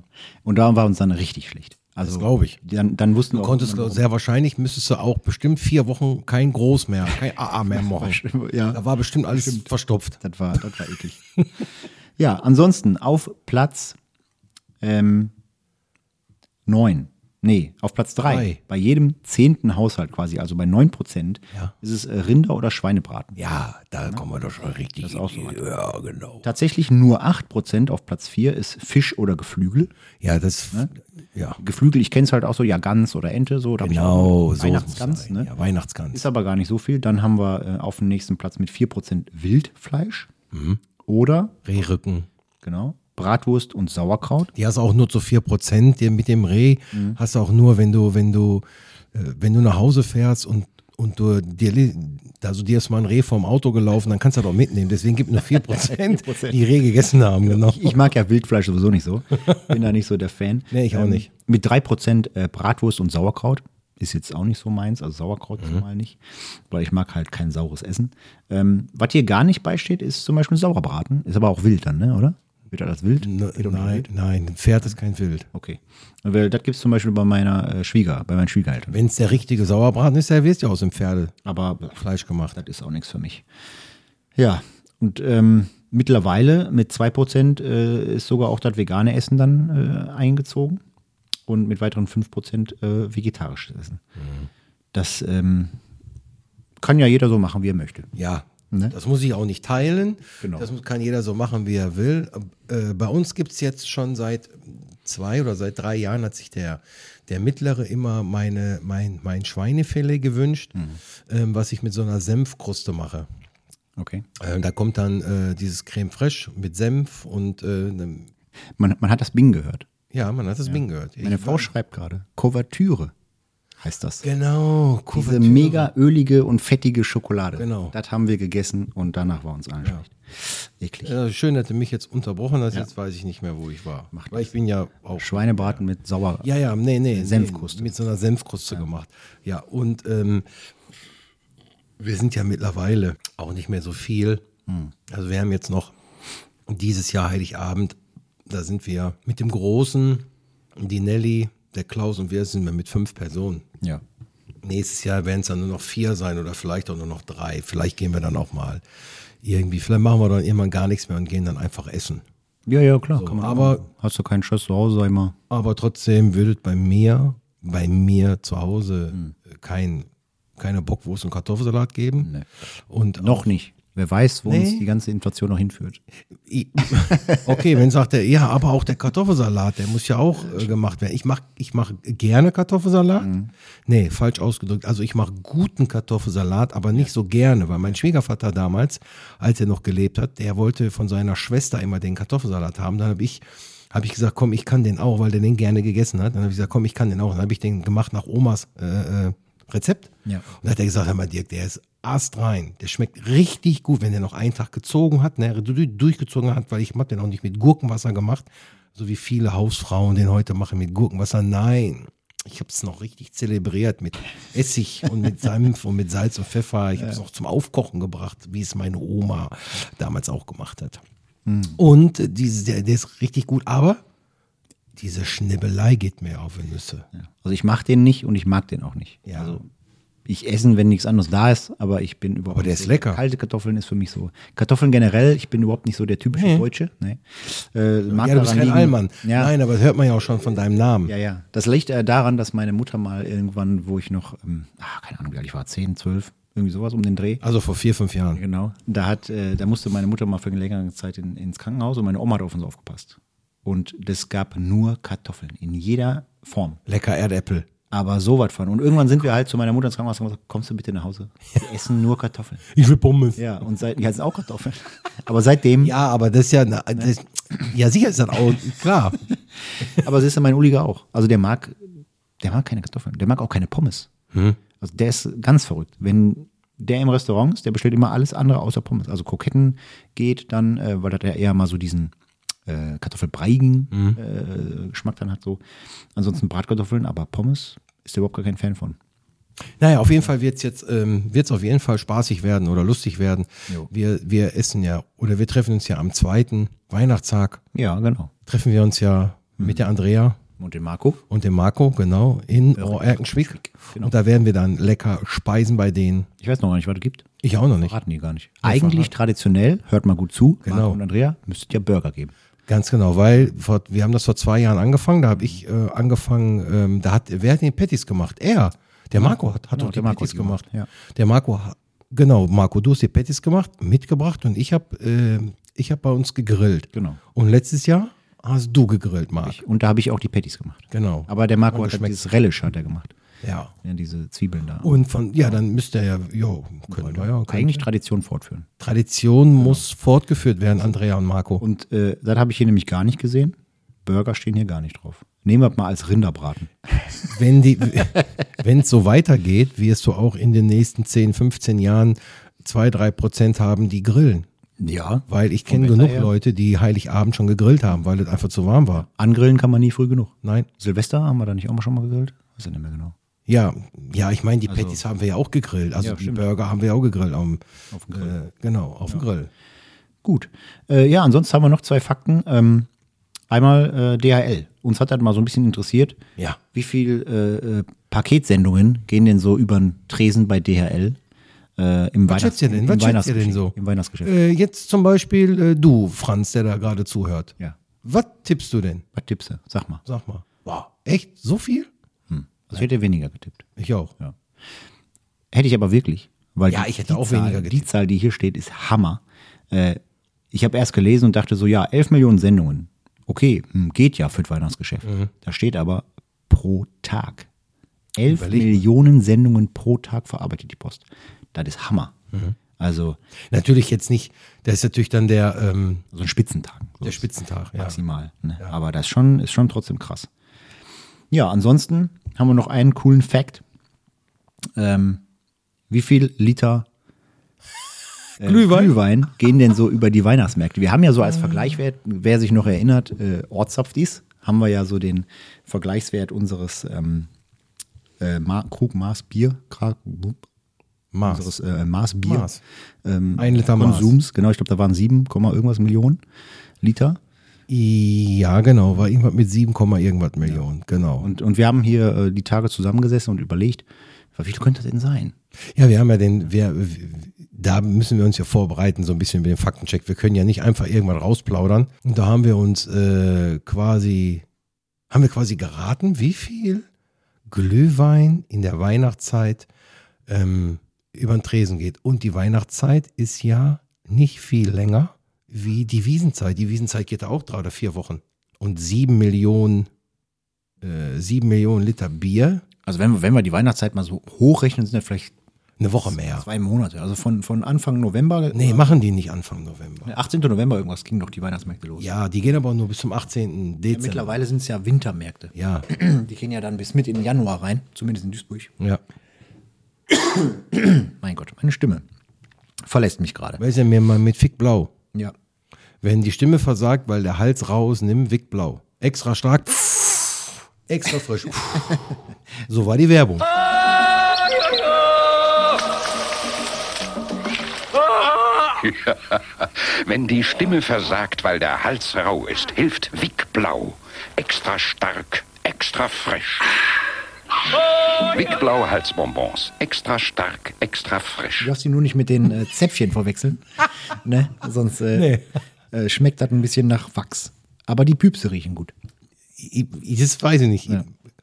und darum war uns dann richtig schlecht. Also
glaub ich.
Dann, dann wussten wir
Du
auch-
konntest glaub, sehr wahrscheinlich, müsstest du auch bestimmt vier Wochen kein Groß mehr, kein AA mehr (laughs) machen.
ja.
Da war bestimmt alles verstopft.
Das war, das war eklig. ja, ansonsten auf Platz ähm, 9. Nee, auf Platz 3.
Drei.
Bei jedem zehnten Haushalt quasi, also bei 9 Prozent,
Ja.
ist es äh, Rinder- oder Schweinebraten.
Ja, da kommen wir doch schon richtig.
ist auch so
in die- Ja, genau.
Tatsächlich nur 8 Prozent auf Platz 4 ist Fisch oder Geflügel.
Ja, das, ja,
Geflügel, ich kenne es halt auch so, ja, Gans oder Ente, so. da hab ich auch
genau. So
Weihnachtsgans,
muss
ne?
sein. Ja, Weihnachtsgans.
Ist aber gar nicht so viel. Dann haben wir äh, auf dem nächsten Platz mit 4% Wildfleisch.
Mhm.
Oder,
Rehrücken.
genau, Bratwurst und Sauerkraut.
Die hast auch nur zu 4%. Die mit dem Reh hast du auch nur, wenn du, wenn du, äh, wenn du nach Hause fährst und, und du dir, li- also dir ist mal ein Reh vom Auto gelaufen, dann kannst du das auch mitnehmen. Deswegen gibt nur 4%, die Reh gegessen haben, genau.
Ich mag ja Wildfleisch sowieso nicht so. Bin da nicht so der Fan.
(laughs)
Ähm,
Nee, ich auch nicht.
Mit 3% äh, Bratwurst und Sauerkraut. Ist jetzt auch nicht so meins, also Sauerkraut
Mhm.
zumal nicht, weil ich mag halt kein saures Essen. Ähm, was hier gar nicht beisteht, ist zum Beispiel Sauerbraten. Ist aber auch wild dann, ne, oder? Wird das wild?
Ne- Nein, nein, ein Pferd ist kein Wild.
Okay. Weil das gibt es zum Beispiel bei meiner äh, Schwieger, bei meinen Schwiegereltern.
Wenn es der richtige Sauerbraten ist, der wirst ja aus dem Pferdefleisch
Aber äh,
gemacht.
das ist auch nichts für mich. Ja, und ähm, mittlerweile mit 2% äh, ist sogar auch das vegane Essen dann äh, eingezogen und mit weiteren 5% äh, vegetarisches Essen. Das ähm, kann ja jeder so machen, wie er möchte.
Ja,
Ne?
das muss ich auch nicht teilen.
Genau.
Das muss- kann jeder so machen, wie er will. Äh, bei uns gibt es jetzt schon seit zwei oder seit drei Jahren hat sich der, der Mittlere immer meine, mein, mein Schweinefilet gewünscht,
Mhm.
ähm, was ich mit so einer Senfkruste mache.
Okay.
Äh, da kommt dann äh, dieses Creme Fraiche mit Senf und äh, einem-
Man, man hat das Bing gehört.
ja, man hat das Bing gehört.
Meine
Ich-
Frau schreibt gerade, Kuvertüre heißt das.
Genau,
Diese
Kuvertüre.
mega ölige und fettige Schokolade.
Genau.
Das haben wir gegessen und danach war uns allen schlecht. Eklig.
Ja, schön, dass du mich jetzt unterbrochen hast. Jetzt weiß ich nicht mehr, wo ich war. Weil ich bin ja auch.
Schweinebraten mit Sauer.
Ja, ja, nee, nee.
Senfkruste.
Nee, mit so einer Senfkruste gemacht. Ja, und ähm, wir sind ja mittlerweile auch nicht mehr so viel. Also, wir haben jetzt noch dieses Jahr Heiligabend, da sind wir mit dem Großen, die Nelly, der Klaus und wir sind wir mit fünf Personen.
ja.
Nächstes Jahr werden es dann nur noch vier sein oder vielleicht auch nur noch drei. Vielleicht gehen wir dann auch mal irgendwie, vielleicht machen wir dann irgendwann gar nichts mehr und gehen dann einfach essen.
Ja, ja, klar.
So,
kann man
aber-
auch. hast du keinen Stress zu Hause, sag ich mal.
Aber trotzdem würdet bei mir, bei mir zu Hause kein, keine Bockwurst und Kartoffelsalat geben.
Nee.
Und
Noch nicht. Wer weiß, wo uns
Nee.
die ganze Inflation noch hinführt.
I- (laughs) Okay, wenn sagt er, ja, aber auch der Kartoffelsalat, der muss ja auch äh, gemacht werden. Ich mache ich mach gerne Kartoffelsalat. Nee, falsch ausgedrückt. Also ich mache guten Kartoffelsalat, aber nicht so gerne, weil mein Schwiegervater damals, als er noch gelebt hat, der wollte von seiner Schwester immer den Kartoffelsalat haben. Dann habe ich, hab ich gesagt, komm, ich kann den auch, weil der den gerne gegessen hat. Dann habe ich gesagt, komm, ich kann den auch. Dann habe ich den gemacht nach Omas äh, äh, Rezept.
Ja.
Und dann hat er gesagt, hör mal Dirk, der ist astrein. Der schmeckt richtig gut, wenn der noch einen Tag gezogen hat, ne, du- du- durchgezogen hat, weil ich hab den auch nicht mit Gurkenwasser gemacht, so wie viele Hausfrauen den heute machen mit Gurkenwasser. Nein, ich habe es noch richtig zelebriert mit Essig und mit Senf und mit Salz und Pfeffer. Ich habe es noch zum Aufkochen gebracht, wie es meine Oma damals auch gemacht hat. Und äh, dieses, der, der ist richtig gut, aber diese Schnibbelei geht mir auf die Nüsse.
Ja. Also ich mache den nicht und ich mag den auch nicht.
Ja.
Also ich esse, wenn nichts anderes da ist, aber ich bin überhaupt
Aber der
nicht
ist
so,
lecker.
Kalte Kartoffeln ist für mich so. Kartoffeln generell, ich bin überhaupt nicht so der typische Deutsche. Nee. Äh, mag
ja, du bist kein
daran liegen-
Allmann.
Ja,
Nein, aber das hört man ja auch schon von deinem Namen.
Ja, ja. Das liegt äh, daran, dass meine Mutter mal irgendwann, wo ich noch, ähm, ah, keine Ahnung, wie alt ich war, 10, 12, irgendwie sowas um den Dreh.
Also vor vier, fünf Jahren.
Genau. Da hat, äh, da musste meine Mutter mal für eine längere Zeit in, ins Krankenhaus und meine Oma hat auf uns aufgepasst. Und es gab nur Kartoffeln in jeder Form.
Lecker Erdäpfel.
Aber so was von. Und irgendwann sind wir halt zu meiner Mutter ins Krankenhaus und haben gesagt, kommst du bitte nach Hause? Wir essen nur Kartoffeln.
Ich will Pommes. Ja,
Ja, und seit, ja, es sind auch Kartoffeln. Aber seitdem,
aber das ist ja, na, das, ja sicher ist das auch,
(laughs)
klar.
aber es ist ja mein Uliger auch. Also der mag, der mag keine Kartoffeln. Der mag auch keine Pommes.
Hm?
Also der ist ganz verrückt. Wenn der im Restaurant ist, der bestellt immer alles andere außer Pommes. Also Kroketten geht dann, äh, weil das ja eher mal so diesen äh, Kartoffelbreigen
Hm?
äh, Geschmack dann hat so. Ansonsten Bratkartoffeln, aber Pommes ist der überhaupt gar kein Fan von.
Naja, auf jeden Fall wird es jetzt, ähm, wird's auf jeden Fall spaßig werden oder lustig werden.
Jo.
Wir, wir essen ja, oder wir treffen uns ja am zweiten Weihnachtstag,
Ja, genau.
treffen wir uns ja
Hm.
mit der Andrea
Und den Marco?
und dem Marco, genau, in ja, Erkenschwick.
genau.
Und da werden wir dann lecker speisen bei denen.
Ich weiß noch gar nicht, was es gibt.
Ich auch noch nicht.
Raten die gar nicht. Eigentlich traditionell, hört mal gut zu,
Genau.
Marco und Andrea, müsstet ja Burger geben.
Ganz genau, weil vor, wir haben das vor zwei Jahren angefangen. Da habe ich äh, angefangen, ähm, da hat, wer hat den Patties gemacht? Er. Der Marco hat, hat
Genau,
doch die
der Marco
Patties
hat die gemacht,
gemacht.
ja.
Der Marco, ha- genau, Marco, du hast die Patties gemacht, mitgebracht und ich habe äh, ich hab bei uns gegrillt.
Genau.
Und letztes Jahr hast du gegrillt, Marc.
Und da habe ich auch die Patties gemacht.
Genau.
Aber der Marco
Und
hat halt
geschmeckt. Uh,
dieses Relish hat er gemacht.
Ja.
Ja, diese Zwiebeln da.
Und von, ja, dann müsste er ja, jo, können wir ja. Können.
Eigentlich Genau. Tradition fortführen.
Tradition muss fortgeführt werden, Andrea und Marco.
Und äh, das habe ich hier nämlich gar nicht gesehen. Burger stehen hier gar nicht drauf. Nehmen wir mal als Rinderbraten.
wenn die, (laughs) wenn es so weitergeht, wirst du auch in den nächsten 10, 15 Jahren zwei, drei Prozent haben, die grillen.
Ja.
Weil ich kenne genug Leute, die Heiligabend schon gegrillt haben, weil es einfach zu warm war.
Angrillen kann man nie früh genug.
Nein.
Silvester haben wir da nicht auch mal schon mal gegrillt? Weiß ich nicht mehr genau.
Ja, ja, ich meine, die Patties haben wir ja auch gegrillt. Also
Also Ja,
die
stimmt.
Burger haben wir auch gegrillt. Am,
Auf dem Grill.
Äh, genau, auf dem Grill.
Gut. Äh, ja, ansonsten haben wir noch zwei Fakten. Ähm, einmal äh, DHL. Uns hat das mal so ein bisschen interessiert.
Ja.
Wie viel äh, äh, Paketsendungen gehen denn so über den Tresen bei DHL äh, im, Weihnachts
schätzt ihr denn?
im
Was schätzt ihr
Weihnachtsgeschäft?
denn so?
Im Weihnachtsgeschäft.
Äh, jetzt zum Beispiel äh, du, Franz, der da gerade zuhört.
Ja.
Was tippst du denn?
Was tippst du? Sag mal.
Sag mal. Wow. Echt? So viel?
Hm. Also ich hätte weniger getippt.
Ich auch.
Hätte ich aber wirklich. Weil
Ja,
die-
ich hätte
die
auch
Zahl,
weniger
Die Zahl, die hier steht, ist Hammer. Äh, ich habe erst gelesen und dachte so, ja, 11 Millionen Sendungen. Okay, hm, geht ja für das Weihnachtsgeschäft.
Mhm.
Da steht aber pro Tag. 11 Millionen Sendungen pro Tag verarbeitet die Post. Das ist Hammer.
Mhm.
Also
Natürlich jetzt nicht, das ist natürlich dann der, ähm,
so ein Spitzentag. So
der
ist-
Spitzentag. Ja.
maximal. Ne? Aber das schon, ist schon trotzdem krass. Ja, ansonsten haben wir noch einen coolen Fact. Ähm, wie viel Liter äh, Glühwein. gehen denn so über die Weihnachtsmärkte? Wir haben ja
Äh.
so als Vergleichwert, wer sich noch erinnert, äh, Ortszapfdies, haben wir ja so den Vergleichswert unseres ähm, äh, Ma Krug Maß Bier, Krag,
Mars.
unseres äh, Maß Bier.
Maß.
Ähm,
Ein Liter Maß.
Konsums, genau, ich glaube, da waren 7, irgendwas Millionen Liter.
Ja, genau, war irgendwas mit 7, Komma irgendwas Millionen, genau.
Und, und wir haben hier äh, die Tage zusammengesessen und überlegt, Aber wie könnte das denn sein?
Ja, wir haben ja den, wir, da müssen wir uns ja vorbereiten, so ein bisschen mit dem Faktencheck. Wir können ja nicht einfach irgendwann rausplaudern. Und da haben wir uns äh, quasi, haben wir quasi geraten, wie viel Glühwein in der Weihnachtszeit ähm, über den Tresen geht. Und die Weihnachtszeit ist ja nicht viel länger wie die Wiesenzeit. Die Wiesenzeit geht ja auch drei oder vier Wochen. Und sieben Millionen, äh, sieben Millionen Liter Bier,
Also wenn wir, wenn wir die Weihnachtszeit mal so hochrechnen, sind ja vielleicht
eine Woche mehr.
zwei Monate. Also von, von Anfang November.
Nee, machen die nicht Anfang November.
18. November irgendwas ging doch die Weihnachtsmärkte los.
Ja, die gehen aber nur bis zum 18.
Ja,
Dezember.
mittlerweile sind es ja Wintermärkte.
Ja,
Die gehen ja (clears throat) dann bis mit in den Januar rein, zumindest in Duisburg.
ja.
Mein Gott, meine Stimme verlässt mich gerade.
Weiß ja mir mal mit Fick Blau.
Ja.
Wenn die Stimme versagt, weil der Hals raus, nimm Wick Blau. Extra stark, extra
(laughs)
frisch. so war die Werbung.
Ah.
(laughs) Wenn die Stimme versagt, weil der Hals rau ist, hilft Wick Blau. Extra stark, extra frisch. Wick Blau Halsbonbons. Extra stark, extra frisch.
Du darfst sie nur nicht mit den äh, Zäpfchen (laughs) verwechseln. ne? Sonst äh, äh, schmeckt das ein bisschen nach Wachs. Aber die Püpse riechen gut.
Ich, ich, das weiß ich nicht.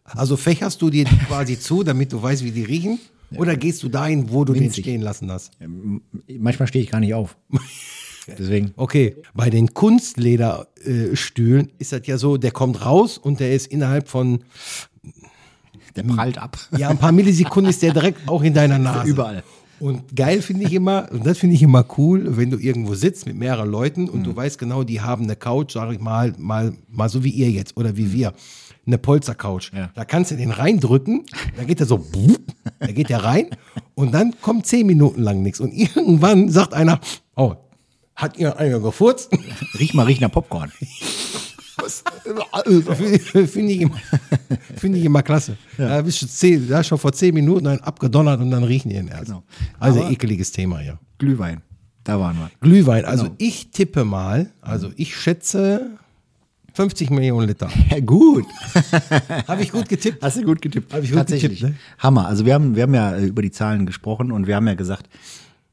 Also fächerst du dir die quasi zu, damit du weißt, wie die riechen? Oder gehst du dahin, wo du den
Winzig.
stehen lassen hast?
Manchmal stehe ich gar nicht (laughs) auf. Deswegen.
Okay, bei den Kunstlederstühlen ist das ja so, der kommt raus und der ist innerhalb von
Der prallt ab.
ja, ein paar Millisekunden ist der direkt auch in deiner Nase.
Überall.
Und geil finde ich immer, und das finde ich immer cool, wenn du irgendwo sitzt mit mehreren Leuten
Mhm.
und du weißt genau, die haben eine Couch, sage ich mal, mal, mal so wie ihr jetzt oder wie wir, eine Polstercouch.
Mhm. Ja.
Da kannst du den reindrücken, da geht er so, bup, da geht der rein und dann kommt zehn Minuten lang nichts. Und irgendwann sagt einer, oh, hat ihr einer gefurzt?
(laughs) Riech mal, riech nach Popcorn.
Äh, Finde ich,
(laughs)
immer- find ich immer klasse. Da bist du zehn, da ist schon vor zehn Minuten einen abgedonnert und dann riechen die ihn erst.
Genau.
Also
Aber-
ekeliges Thema, ja.
Glühwein. Da waren wir.
Glühwein, also
Genau.
ich tippe mal, also ich schätze 50 Millionen
(laughs)
Liter.
Ja, gut.
Habe ich gut getippt?
Hast du gut getippt.
Hab ich gut
Tatsächlich.
getippt,
Hammer. Also wir haben, wir haben ja äh, über die Zahlen gesprochen und wir haben ja gesagt,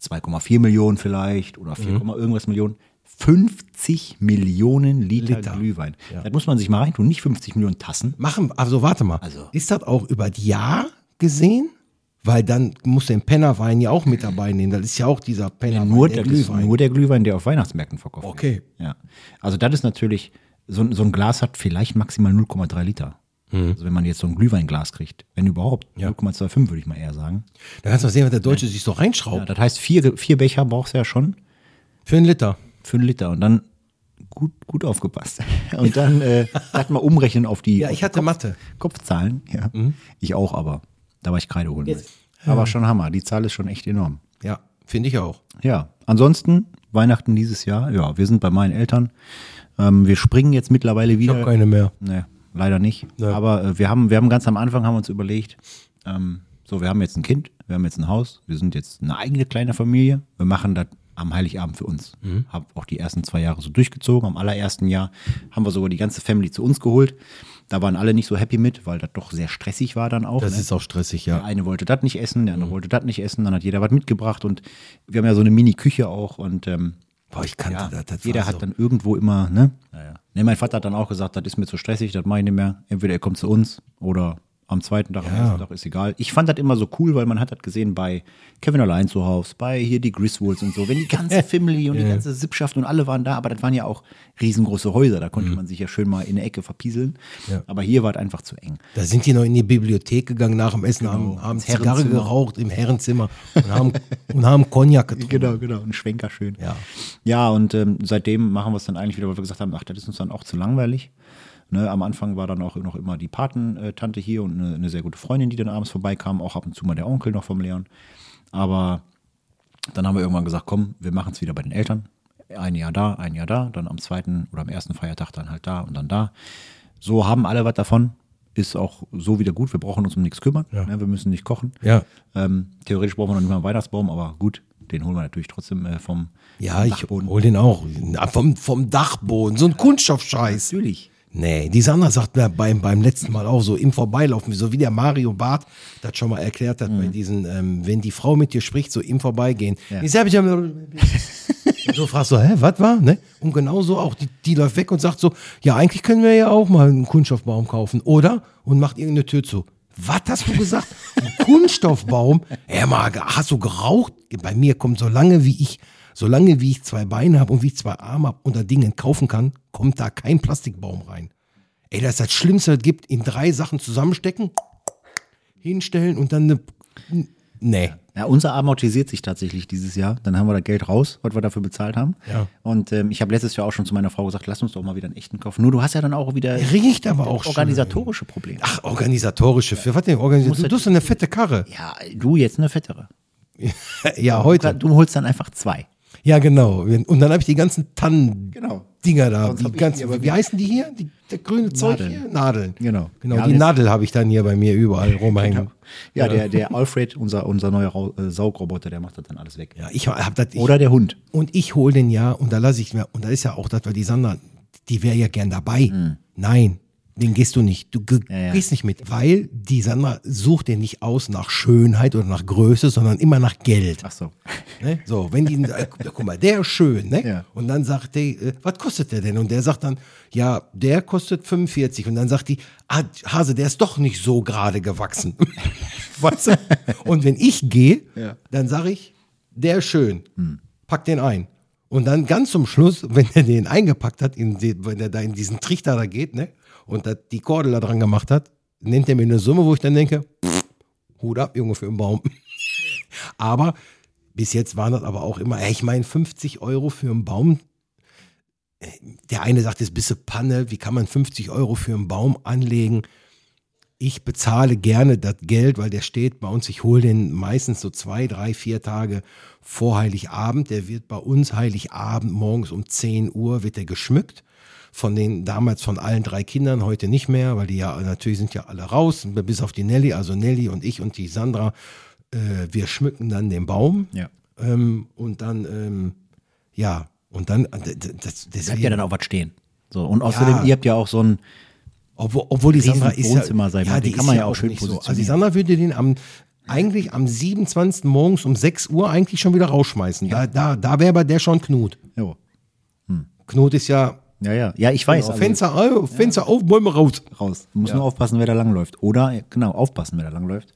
2,4 Millionen vielleicht oder 4, Komma irgendwas Millionen. 50 Millionen Liter,
Liter.
Glühwein. Das muss man sich mal reintun. Nicht 50 Millionen Tassen.
Machen, also warte mal.
Also.
Ist das auch über das Jahr gesehen? Weil dann muss den Pennerwein ja auch mit dabei nehmen. Das ist ja auch dieser Pennerwein,
Nur der, das ist nur der Glühwein, der auf Weihnachtsmärkten verkauft
Okay.
wird. Ja. Also das ist natürlich, so, ein- so ein Glas hat vielleicht maximal 0,3 Liter.
Mhm.
Also wenn man jetzt so ein Glühweinglas kriegt, wenn überhaupt, 0,25 würde ich mal eher sagen.
Da kannst du mal sehen, was der Deutsche sich so reinschraubt.
Ja, das heißt, vier, vier Becher brauchst du ja schon.
Für einen Liter.
für einen Liter und dann gut, gut aufgepasst. (laughs) Und
(laughs)
dann äh, hat mal umrechnen auf die
Ja, ich Mhm. hatte Mathe.
Kopfzahlen. Ja. Ich auch, aber da war ich Kreide holen. Aber schon Hammer, die Zahl ist schon echt enorm.
Ja, finde ich auch.
Ja, ansonsten Weihnachten dieses Jahr, ja, wir sind bei meinen Eltern. Ähm, wir springen jetzt mittlerweile
Ich
wieder.
habe keine mehr.
Nee, leider nicht.
Nee.
Aber äh, wir haben, wir haben ganz am Anfang haben wir uns überlegt, ähm, so, wir haben jetzt ein Kind, wir haben jetzt ein Haus, wir sind jetzt eine eigene kleine Familie, wir machen das am Heiligabend für uns.
Mhm.
Hab auch die ersten zwei Jahre so durchgezogen. Am allerersten Jahr haben wir sogar die ganze Family zu uns geholt. Da waren alle nicht so happy mit, weil das doch sehr stressig war dann auch.
Das
ne?
ist auch stressig,
Der
ja. Mhm.
eine wollte das nicht essen, der andere wollte das nicht essen, dann hat jeder was mitgebracht und wir haben ja so eine Mini-Küche auch und ähm,
Boah, ich kannte
ja,
das. das war
jeder
so.
hat dann irgendwo immer, ne? ne? Mein Vater hat dann auch gesagt, das ist mir zu stressig, das mache ich nicht mehr. Entweder ihr kommt zu uns oder am zweiten Tag, am ersten Tag ist egal. Ich fand das immer so cool, weil man hat das gesehen bei Kevin allein zu Hause, bei hier die Griswolds und so. Wenn die
(laughs)
ganze Family und die ganze Sippschaft und alle waren da, aber das waren ja auch riesengroße Häuser, da
Mhm.
konnte man sich ja schön mal in der Ecke verpieseln. Aber hier war es einfach zu eng.
Da sind die noch in die Bibliothek gegangen nach dem Essen, haben, haben
Genau, ins
Zigarre
Herrenzimmer.
geraucht im Herrenzimmer und haben, und haben
(laughs)
Cognac getrunken.
Genau, genau. Ein Schwenker schön.
Ja.
Ja, und ähm, seitdem machen wir es dann eigentlich wieder, weil wir gesagt haben, ach, das ist uns dann auch zu langweilig. Ne, am Anfang war dann auch noch immer die Patentante hier und eine, eine sehr gute Freundin, die dann abends vorbeikam, auch ab und zu mal der Onkel noch vom Leon. Aber dann haben wir irgendwann gesagt, komm, wir machen es wieder bei den Eltern. Ein Jahr da, ein Jahr da, dann am zweiten oder am ersten Feiertag dann halt da und dann da. So haben alle was davon. Ist auch so wieder gut. Wir brauchen uns um nichts kümmern. Ne, wir müssen nicht kochen.
Ja.
Ähm, theoretisch brauchen wir noch nicht mal einen Weihnachtsbaum, aber gut, den holen wir natürlich trotzdem äh, vom
Ja, ich
Dachboden.
hol den auch. Na, vom, vom Dachboden, so ein Kunststoffscheiß.
Natürlich.
Nee, die Sandra sagt mir beim, beim letzten Mal auch so im Vorbeilaufen, so wie der Mario Barth das schon mal erklärt hat, bei diesen, ähm, wenn die Frau mit dir spricht, so im Vorbeigehen.
Mhm. Ja.
Ich sag, ich hab- Und so fragst du, hä, was war? Ne? Und genauso auch, die, die läuft weg und sagt so, ja, eigentlich können wir ja auch mal einen Kunststoffbaum kaufen, oder? Und macht irgendeine Tür zu. Was hast du gesagt? Ein Kunststoffbaum? Hä, mal, hast du geraucht? Bei mir kommt so lange, wie ich, so lange wie ich zwei Beine habe und wie ich zwei Arme habe und da Dingen kaufen kann, kommt da kein Plastikbaum rein. Ey, das ist das Schlimmste, was es gibt, in drei Sachen zusammenstecken, hinstellen und dann eine. ne, Nee.
Ja, unser amortisiert sich tatsächlich dieses Jahr. Dann haben wir das Geld raus, was wir dafür bezahlt haben.
Ja.
Und ähm, ich habe letztes Jahr auch schon zu meiner Frau gesagt, lass uns doch mal wieder einen echten kaufen. Nur du hast ja dann auch wieder
Riecht aber auch
organisatorische Probleme.
Ach, organisatorische. Für was denn? Organisatorische? Du hast so eine fette Karre.
Ja, du jetzt eine fettere.
Äh, Ja, heute.
Du holst dann einfach zwei.
Ja, genau. Und dann habe ich die ganzen Tannen.
Genau.
Dinger da.
Sonst
Die
hab ich
ganzen,
die aber
wie heißen die hier? Die, der grüne Zeug
Nadeln.
hier? Nadeln.
Genau.
Genau,
Ja, Genau.
die
jetzt-
Nadel habe ich dann hier bei mir
(laughs)
überall rumhängen.
Ja, Der, der Alfred, unser, unser neuer Rau äh, Saugroboter, der macht das dann alles weg.
Ja, ich habe das. ich-
Oder der Hund.
Und ich hole den ja und da lasse ich mir, und da ist ja auch das, weil die Sandra, die wäre ja gern dabei. Nein, den gehst du nicht. Du ge
Hm. Ja, ja.
gehst nicht mit, weil die Sandra sucht den nicht aus nach Schönheit oder nach Größe, sondern immer nach Geld.
Ach so.
Ne? So, wenn die, äh, (laughs) guck mal, der ist schön, ne?
Ja.
Und dann sagt die, äh, was kostet der denn? Und der sagt dann, ja, der kostet 45. Und dann sagt die, ah, Hase, der ist doch nicht so gerade gewachsen. weißt du? Und wenn ich gehe,
Ja.
dann sage ich, der ist schön, pack den ein. Und dann ganz zum Schluss, wenn er den eingepackt hat, in die, wenn er da in diesen Trichter da geht, ne? Und da die Kordel da dran gemacht hat, nennt er mir eine Summe, wo ich dann denke, Hut ab, Junge, für den Baum. (laughs) aber bis jetzt waren das aber auch immer, ey, ich meine, 50 Euro für einen Baum. Äh, Der eine sagt, das ist bisse Panne, wie kann man 50 Euro für einen Baum anlegen? Ich bezahle gerne das Geld, weil der steht bei uns. Ich hole den meistens so zwei, drei, vier Tage vor Heiligabend. Der wird bei uns Heiligabend morgens um 10 Uhr wird der geschmückt. Von den damals von allen drei Kindern, heute nicht mehr, weil die ja natürlich sind ja alle raus, bis auf die Nelly, also Nelly und ich und die Sandra. Äh, wir schmücken dann den Baum.
Ja.
Ähm, und dann, ähm, ja, und dann, äh, d- d- das,
Bleibt ja
deswegen,
dann auch was stehen. So, und außerdem,
Ja.
ihr habt ja auch so ein,
obwohl, obwohl die
riesen
Sandra ist
Wohnzimmer
ja,
sein, den kann man ja auch schön
nicht so. Also die
positionieren.
Sandra würde den am, eigentlich am 27. morgens um 6 Uhr eigentlich schon wieder rausschmeißen. Da, da, da wäre bei der schon Knut.
jo.
Knut ist ja,
ja, ja, ja, ich weiß. also-
Fenster, auf, Fenster auf, Bäume raus.
raus. Du musst nur aufpassen, wer da langläuft. Oder, äh, genau, aufpassen, wer da langläuft,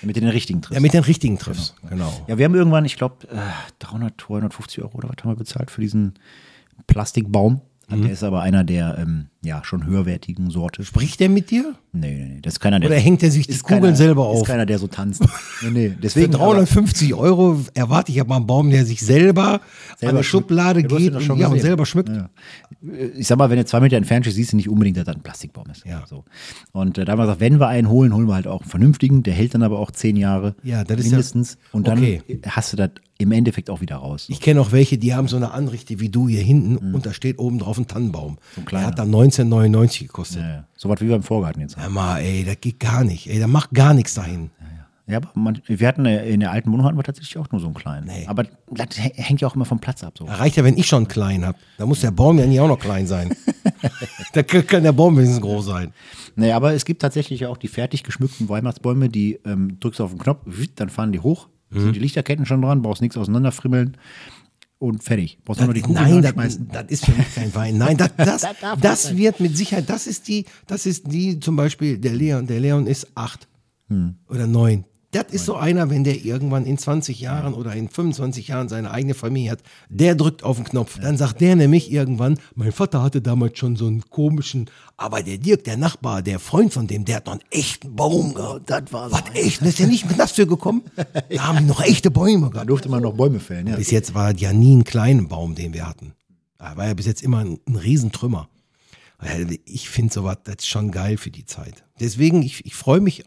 damit du den richtigen triffst.
Damit den richtigen triffst. Genau.
ja, wir haben irgendwann, ich glaube, äh, 300, 350 Euro oder was haben wir bezahlt für diesen Plastikbaum.
Mhm.
Der ist aber einer der ähm, ja, schon höherwertigen Sorte.
Spricht der mit dir?
Nee, nee, nee. Das ist keiner, der
Oder hängt er sich die
ist
Kugeln
keiner,
selber
Ist
auf?
keiner, der
(laughs)
so tanzt. Nee, nee.
Für
Deswegen, aber-
350 Euro erwarte ich aber einen Baum, der sich selber, an
Selber
die
schmückt.
Schublade
Ja, du hast
geht
ihn doch
und,
schon
ja, und
gesehen.
selber schmückt.
ich sag mal, wenn du zwei Meter entfernt stehst, siehst du nicht unbedingt, dass das ein Plastikbaum ist.
Ja.
So. Und äh, da haben wir gesagt, wenn wir einen holen, holen wir halt auch einen vernünftigen. Der hält dann aber auch zehn Jahre
Ja, das ist ja-
mindestens. Und dann
Okay.
hast du das im Endeffekt auch wieder raus.
Ich kenne auch welche, die haben so eine Anrichte wie du hier hinten und da steht oben drauf ein Tannenbaum. Der
Mhm. kleiner.
hat dann 19,99 gekostet.
Ja, ja. so was wie wir im Vorgarten jetzt haben.
Hör mal, ey, das geht gar nicht. Ey, da macht gar nichts dahin.
Ja, aber man, wir hatten äh, in der alten Wohnung hatten wir tatsächlich auch nur so einen kleinen. Aber das hä- hängt ja auch immer vom Platz ab. So.
Da reicht ja, wenn ich schon einen kleinen habe. Da muss der Baum ja nie auch noch klein
(laughs)
sein. da kann kann der Baum wenigstens groß sein.
Naja, aber es gibt tatsächlich ja auch die fertig geschmückten Weihnachtsbäume, die ähm, drückst du auf den Knopf, wüt, dann fahren die hoch, sind die Lichterketten schon dran, brauchst nichts auseinanderfrimmeln und fertig. Brauchst nur noch die Kugeln
Nein, das,
anschmeißen.
das ist für mich kein Wein. Nein,
(laughs)
das, das,
Das darf
das,
nicht sein.
wird mit Sicherheit, das ist die, das ist die zum Beispiel, der Leon, der Leon ist acht oder Hm. neun. Das ist so einer, wenn der irgendwann in 20 Jahren oder in 25 Jahren seine eigene Familie hat, der drückt auf den Knopf. Dann sagt der nämlich irgendwann, mein Vater hatte damals schon so einen komischen, aber der Dirk, der Nachbar, der Freund von dem, der hat noch einen echten Baum gehabt.
Das war so
Was, echt? Ist der nicht mit Nass für (laughs) gekommen? Da haben die noch echte Bäume
Da
gehabt.
durfte man noch Bäume fällen, ja.
Bis jetzt war das ja nie ein kleiner Baum, den wir hatten. Da war ja bis jetzt immer ein, ein Riesentrümmer. Weil Ich finde sowas, das ist schon geil für die Zeit. Deswegen, ich, ich freue mich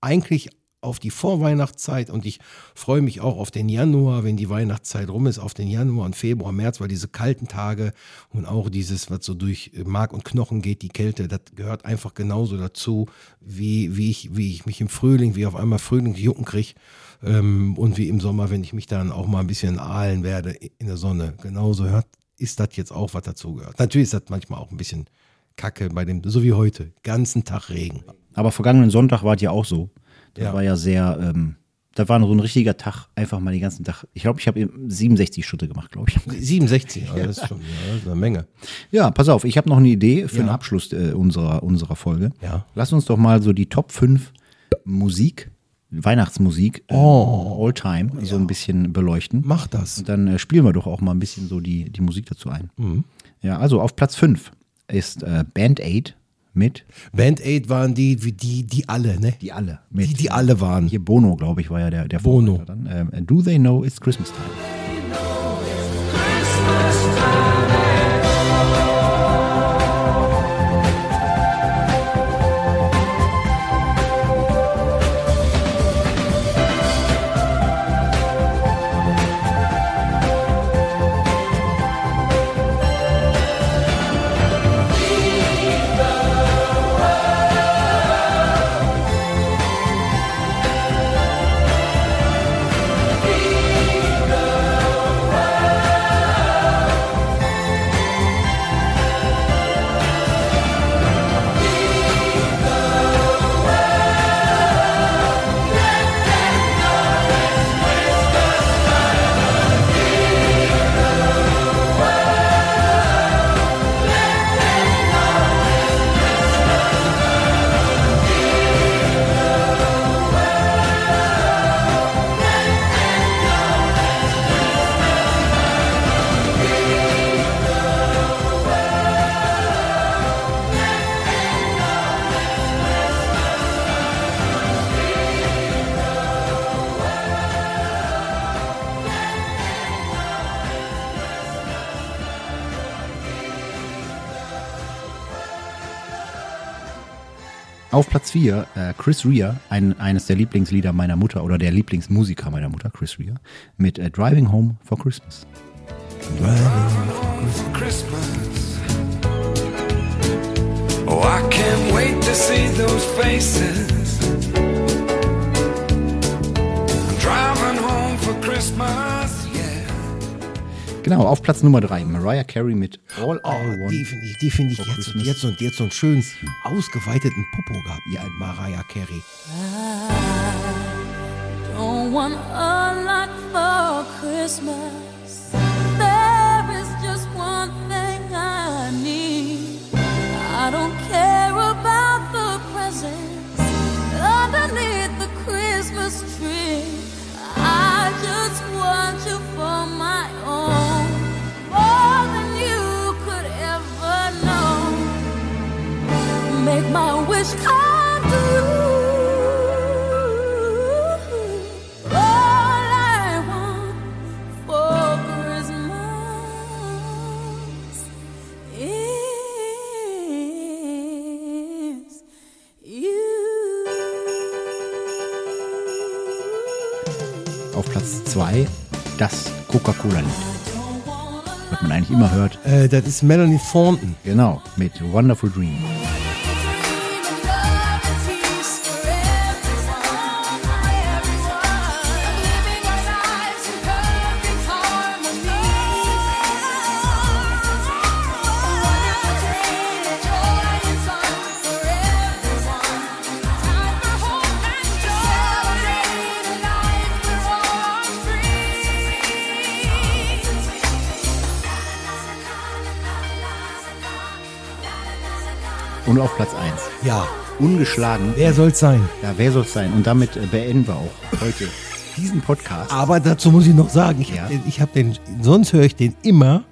eigentlich auf die Vorweihnachtszeit und ich freue mich auch auf den Januar, wenn die Weihnachtszeit rum ist, auf den Januar und Februar, März, weil diese kalten Tage und auch dieses, was so durch Mark und Knochen geht, die Kälte, das gehört einfach genauso dazu, wie, wie, ich, wie ich mich im Frühling, wie auf einmal Frühlingsjucken kriege ähm, und wie im Sommer, wenn ich mich dann auch mal ein bisschen ahlen werde in der Sonne. Genauso hört, ist das jetzt auch was dazugehört. Natürlich ist das manchmal auch ein bisschen Kacke bei dem, so wie heute, ganzen Tag Regen.
Aber vergangenen Sonntag war es ja auch so. Das
Ja.
war ja sehr, ähm, da war so ein richtiger Tag, einfach mal den ganzen Tag. Ich glaube, ich habe eben 67 Schritte gemacht, glaube ich.
67, also das ist schon ja, das ist eine Menge.
Ja, pass auf, ich habe noch eine Idee für den Abschluss äh, unserer, unserer Folge.
Ja.
Lass uns doch mal so die Top 5 Musik, Weihnachtsmusik, äh,
Oh.
All-Time, so ein bisschen beleuchten.
Mach das.
Und dann äh, spielen wir doch auch mal ein bisschen so die, die Musik dazu ein.
Mhm.
Ja, also auf Platz 5 ist äh, Band Aid mit,
Band Aid waren die, wie die, die alle, ne?
die alle, mit
Die, die alle waren.
hier Bono, glaube ich, war ja der, der
Bono.
Vorreiter Dann. Ähm, Do They Know It's Christmas Time? Auf Platz 4, äh, Chris Rea, ein, eines der Lieblingslieder meiner Mutter oder der Lieblingsmusiker meiner Mutter, Chris Rea, mit äh, Driving Home for Christmas.
Christmas. Oh, I can't wait to see those faces. I'm driving home for Christmas, yeah.
Genau, auf Platz Nummer 3, Mariah Carey mit All
Oh,
I Want.
die finde ich, die find ich jetzt, und jetzt, und jetzt so einen schönen, ausgeweiteten Popo gehabt. Ja, Mariah Carey.
Don't want a lot for Christmas. There is just one thing I need. I don't care about the presents underneath the Christmas tree. I just want you for my own, more than you could ever know make my wish come true. All I want for Christmas is you.
Auf Platz 2, das Coca-Cola-Lied. Was man eigentlich immer hört.
Äh, das ist Melanie Thornton.
Genau, mit Wonderful Dream. Und auf Platz 1,
Ja,
ungeschlagen,
wer soll's sein?
ja, wer soll's sein? Und damit äh, beenden wir auch heute diesen Podcast.
Aber dazu muss ich noch sagen, ich
Ja.
habe den, ich hab den, sonst höre ich den immer.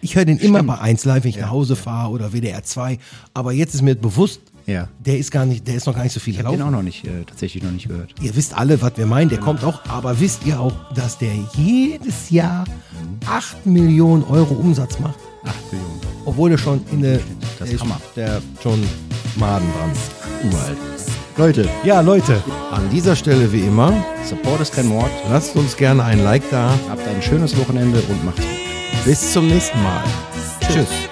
Ich höre den immer bei 1 Live, wenn ich nach Hause fahre oder WDR 2. Aber jetzt ist mir bewusst,
Ja.
der ist gar nicht, der ist noch gar nicht so viel
Den
gelaufen.
auch noch nicht, äh, tatsächlich noch nicht gehört.
Ihr wisst alle, was wir meinen, der kommt auch. Aber wisst ihr auch, dass der jedes Jahr 8 Millionen Euro Umsatz macht?
8 Millionen.
Obwohl er schon in der, der
Das ist Hammer.
Der schon Maden dran.
Überall. Leute,
Ja, Leute, an dieser Stelle wie immer,
Support ist kein Mord.
lasst uns gerne ein Like da.
Habt ein schönes Wochenende und macht's gut.
Bis zum nächsten Mal. Tschüss.
Oh, oh,